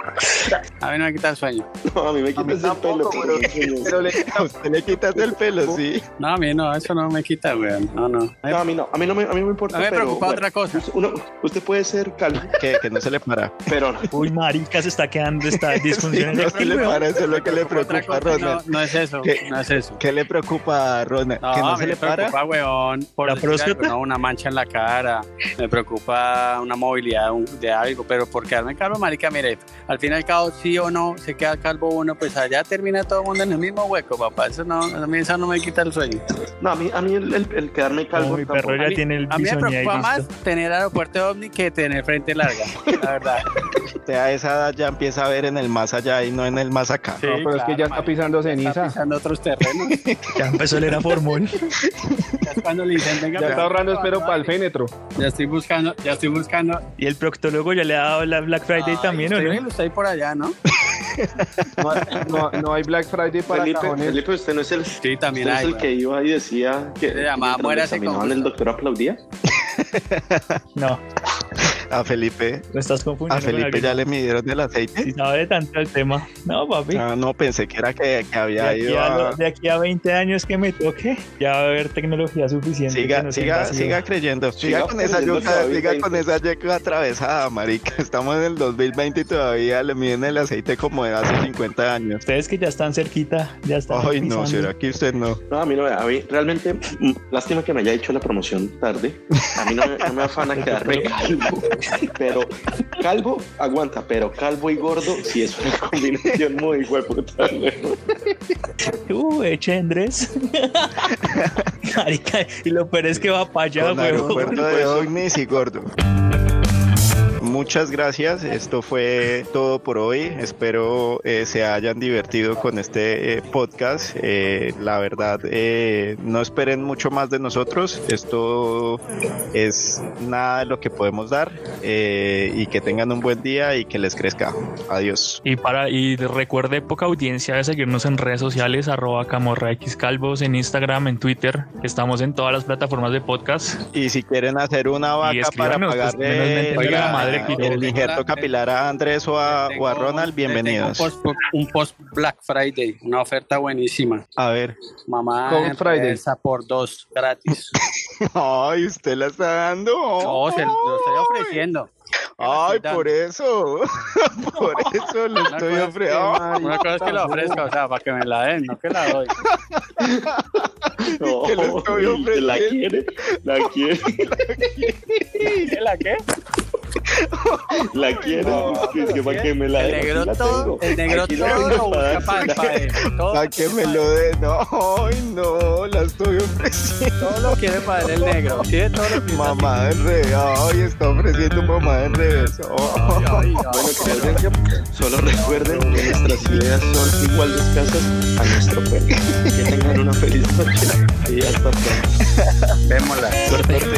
[SPEAKER 4] A mí no me quita el sueño.
[SPEAKER 3] No, a mí me
[SPEAKER 5] A mí
[SPEAKER 3] quitas el pelo,
[SPEAKER 5] tampoco,
[SPEAKER 3] pero
[SPEAKER 5] pero- pero le-
[SPEAKER 1] A usted le quitas el pelo, sí.
[SPEAKER 4] No, a mí no, eso no me quita, weón. No, no.
[SPEAKER 3] No, a mí no, a mí no me, a mí no me importa.
[SPEAKER 4] A mí me
[SPEAKER 3] pero,
[SPEAKER 4] preocupa
[SPEAKER 3] bueno,
[SPEAKER 4] otra cosa.
[SPEAKER 3] uno- usted puede ser calvo,
[SPEAKER 1] Que, que no se le para.
[SPEAKER 3] pero
[SPEAKER 2] Uy, marica, se está quedando esta
[SPEAKER 1] Sí,
[SPEAKER 2] disfunción.
[SPEAKER 1] no se le para, eso es lo que le
[SPEAKER 4] Otra
[SPEAKER 1] preocupa a
[SPEAKER 4] cosa,
[SPEAKER 1] Ronald.
[SPEAKER 4] no, no es eso,
[SPEAKER 1] ¿Qué?
[SPEAKER 4] no es eso.
[SPEAKER 1] ¿Qué le preocupa a Ronald?
[SPEAKER 4] No,
[SPEAKER 1] ¿Que no
[SPEAKER 4] a
[SPEAKER 1] se
[SPEAKER 4] mí
[SPEAKER 1] le
[SPEAKER 4] me
[SPEAKER 1] para?
[SPEAKER 4] preocupa, weón, por
[SPEAKER 2] ¿La
[SPEAKER 4] decir
[SPEAKER 2] próstata?
[SPEAKER 4] algo, no, una mancha en la cara, me preocupa una movilidad un- de algo, pero por quedarme calvo, marica, mire, al fin y al cabo, sí o no, se queda calvo uno, pues allá termina todo el mundo en el mismo hueco, papá, eso no, a mí eso no me quita el sueño.
[SPEAKER 3] no, a mí, a mí el, el- el quedarme calvo
[SPEAKER 2] Como mi
[SPEAKER 3] tampoco.
[SPEAKER 2] perro
[SPEAKER 4] A
[SPEAKER 2] ya
[SPEAKER 4] mí-
[SPEAKER 2] tiene el
[SPEAKER 4] A mí me
[SPEAKER 2] bisoñé
[SPEAKER 4] preocupa
[SPEAKER 2] ahí
[SPEAKER 4] más
[SPEAKER 2] listo.
[SPEAKER 4] tener aeropuerto ovni que tener frente larga, la verdad.
[SPEAKER 1] Usted a esa edad ya empieza a ver en el más allá y no en el más acá.
[SPEAKER 5] No, pero es que ya está pisando
[SPEAKER 4] Está
[SPEAKER 5] ceniza.
[SPEAKER 4] pisando otros terrenos.
[SPEAKER 2] Ya empezó a leer a Formol.
[SPEAKER 4] Ya es cuando le dicen, venga,
[SPEAKER 5] Ya
[SPEAKER 4] pero-
[SPEAKER 5] está ahorrando, espero, para el fénetro.
[SPEAKER 4] Ya estoy buscando, ya estoy buscando.
[SPEAKER 2] Y el proctólogo ya le ha dado la Black Friday
[SPEAKER 4] Ay,
[SPEAKER 2] también, ¿o
[SPEAKER 4] usted
[SPEAKER 2] no?
[SPEAKER 4] ve, Está ahí por allá, ¿no?
[SPEAKER 5] No, no, no hay Black Friday para
[SPEAKER 3] Felipe,
[SPEAKER 5] cajones.
[SPEAKER 3] Felipe, usted no es el,
[SPEAKER 4] Sí, también
[SPEAKER 3] usted no es
[SPEAKER 4] hay,
[SPEAKER 3] el
[SPEAKER 4] weón.
[SPEAKER 3] que iba y decía que
[SPEAKER 4] Se llamaba
[SPEAKER 3] mientras
[SPEAKER 4] Muérase
[SPEAKER 3] lo examinaban,
[SPEAKER 4] con
[SPEAKER 3] el
[SPEAKER 4] gusto.
[SPEAKER 3] doctor aplaudía.
[SPEAKER 2] No,
[SPEAKER 1] A Felipe,
[SPEAKER 2] lo estás
[SPEAKER 1] a
[SPEAKER 2] confundiendo. con
[SPEAKER 1] Ah, Felipe
[SPEAKER 2] alguien.
[SPEAKER 1] ya le midieron el aceite.
[SPEAKER 2] Si sabe tanto el tema. No, papi.
[SPEAKER 1] Ah, no, pensé que era que, que
[SPEAKER 2] De
[SPEAKER 1] había
[SPEAKER 2] aquí,
[SPEAKER 1] ido
[SPEAKER 2] a,
[SPEAKER 1] a...
[SPEAKER 2] lo- de aquí a 20 años que me toque, ya va a haber tecnología suficiente. que
[SPEAKER 1] Siga,
[SPEAKER 2] nos
[SPEAKER 1] siga,
[SPEAKER 2] invasiva.
[SPEAKER 1] siga creyendo. Siga
[SPEAKER 3] Siga
[SPEAKER 1] con esa
[SPEAKER 3] creyendo
[SPEAKER 1] yuca,
[SPEAKER 3] todavía,
[SPEAKER 1] siga
[SPEAKER 3] dice.
[SPEAKER 1] con esa yuca atravesada, marica. Estamos en el 2020 y todavía le miden el aceite como de hace 50 años.
[SPEAKER 2] Ustedes que ya están cerquita, ya están.
[SPEAKER 1] Ay, no,
[SPEAKER 2] pisando.
[SPEAKER 1] será que usted no.
[SPEAKER 3] No, a mí no, a mí realmente, mm, lástima que me haya hecho la promoción tarde. A mí no, me- no me afana quedarme calvo, pero calvo aguanta, pero calvo y gordo sí es una combinación muy hueputa.
[SPEAKER 2] Uh, eche Andrés. Marica, y lo peor es que va para allá,
[SPEAKER 1] Con
[SPEAKER 2] huevón.
[SPEAKER 1] aeropuerto de ovnis y gordo. Muchas gracias, esto fue todo por hoy. Espero eh, se hayan divertido con este eh, podcast. Eh, la verdad, eh, no esperen mucho más de nosotros. Esto es nada de lo que podemos dar. eh, y que tengan un buen día y que les crezca. Adiós.
[SPEAKER 2] Y para y recuerde poca audiencia de seguirnos en redes sociales arroba camorra X Calvos en Instagram, en Twitter. Estamos en todas las plataformas de podcast.
[SPEAKER 1] Y si quieren hacer una vaca para
[SPEAKER 2] escríbanos, pues,
[SPEAKER 1] pagarle
[SPEAKER 2] menos mente,
[SPEAKER 1] la
[SPEAKER 2] la madre, Quiroga.
[SPEAKER 1] El injerto capilar a Andrés o
[SPEAKER 3] Ah,
[SPEAKER 1] a, o a Ronald, bienvenidos.
[SPEAKER 4] Un post Black Friday, una oferta buenísima.
[SPEAKER 1] A ver.
[SPEAKER 4] Mamá,
[SPEAKER 5] Gold Friday.
[SPEAKER 4] empresa por dos gratis.
[SPEAKER 1] Ay, usted la está dando.
[SPEAKER 4] No, se lo estoy ofreciendo.
[SPEAKER 1] Ay, por eso. por eso lo
[SPEAKER 4] Una
[SPEAKER 1] estoy
[SPEAKER 4] cosa es que-
[SPEAKER 1] ofreciendo.
[SPEAKER 4] Una cosa es que la ofrezca, o sea, para que me la den, no que la doy.
[SPEAKER 3] No,
[SPEAKER 1] ¿Qué le estoy ofreciendo?
[SPEAKER 3] la quiere, la quiere,
[SPEAKER 4] ¿La qué?
[SPEAKER 3] la quiere. es que para que me la
[SPEAKER 4] El
[SPEAKER 3] den, aquí
[SPEAKER 4] negro
[SPEAKER 3] la
[SPEAKER 4] todo,
[SPEAKER 3] tengo.
[SPEAKER 4] el negro
[SPEAKER 3] Aquí la
[SPEAKER 4] todo
[SPEAKER 3] tengo
[SPEAKER 4] lo
[SPEAKER 3] para
[SPEAKER 4] busca para
[SPEAKER 3] dársela.
[SPEAKER 4] él. Todo
[SPEAKER 1] A que me lo dé. No, ay, no, la estoy ofreciendo.
[SPEAKER 4] Todo lo quiere para él el negro. Tiene todo lo que
[SPEAKER 1] Mamá del revés. Ay, está ofreciendo mamá del revés. Oh.
[SPEAKER 3] Bueno, querida audiencia, solo recuerden que nuestras ideas son igual de escasas a nuestro pelo. Que tengan una feliz noche y hasta pronto.
[SPEAKER 4] Vémosla.
[SPEAKER 3] Suerte.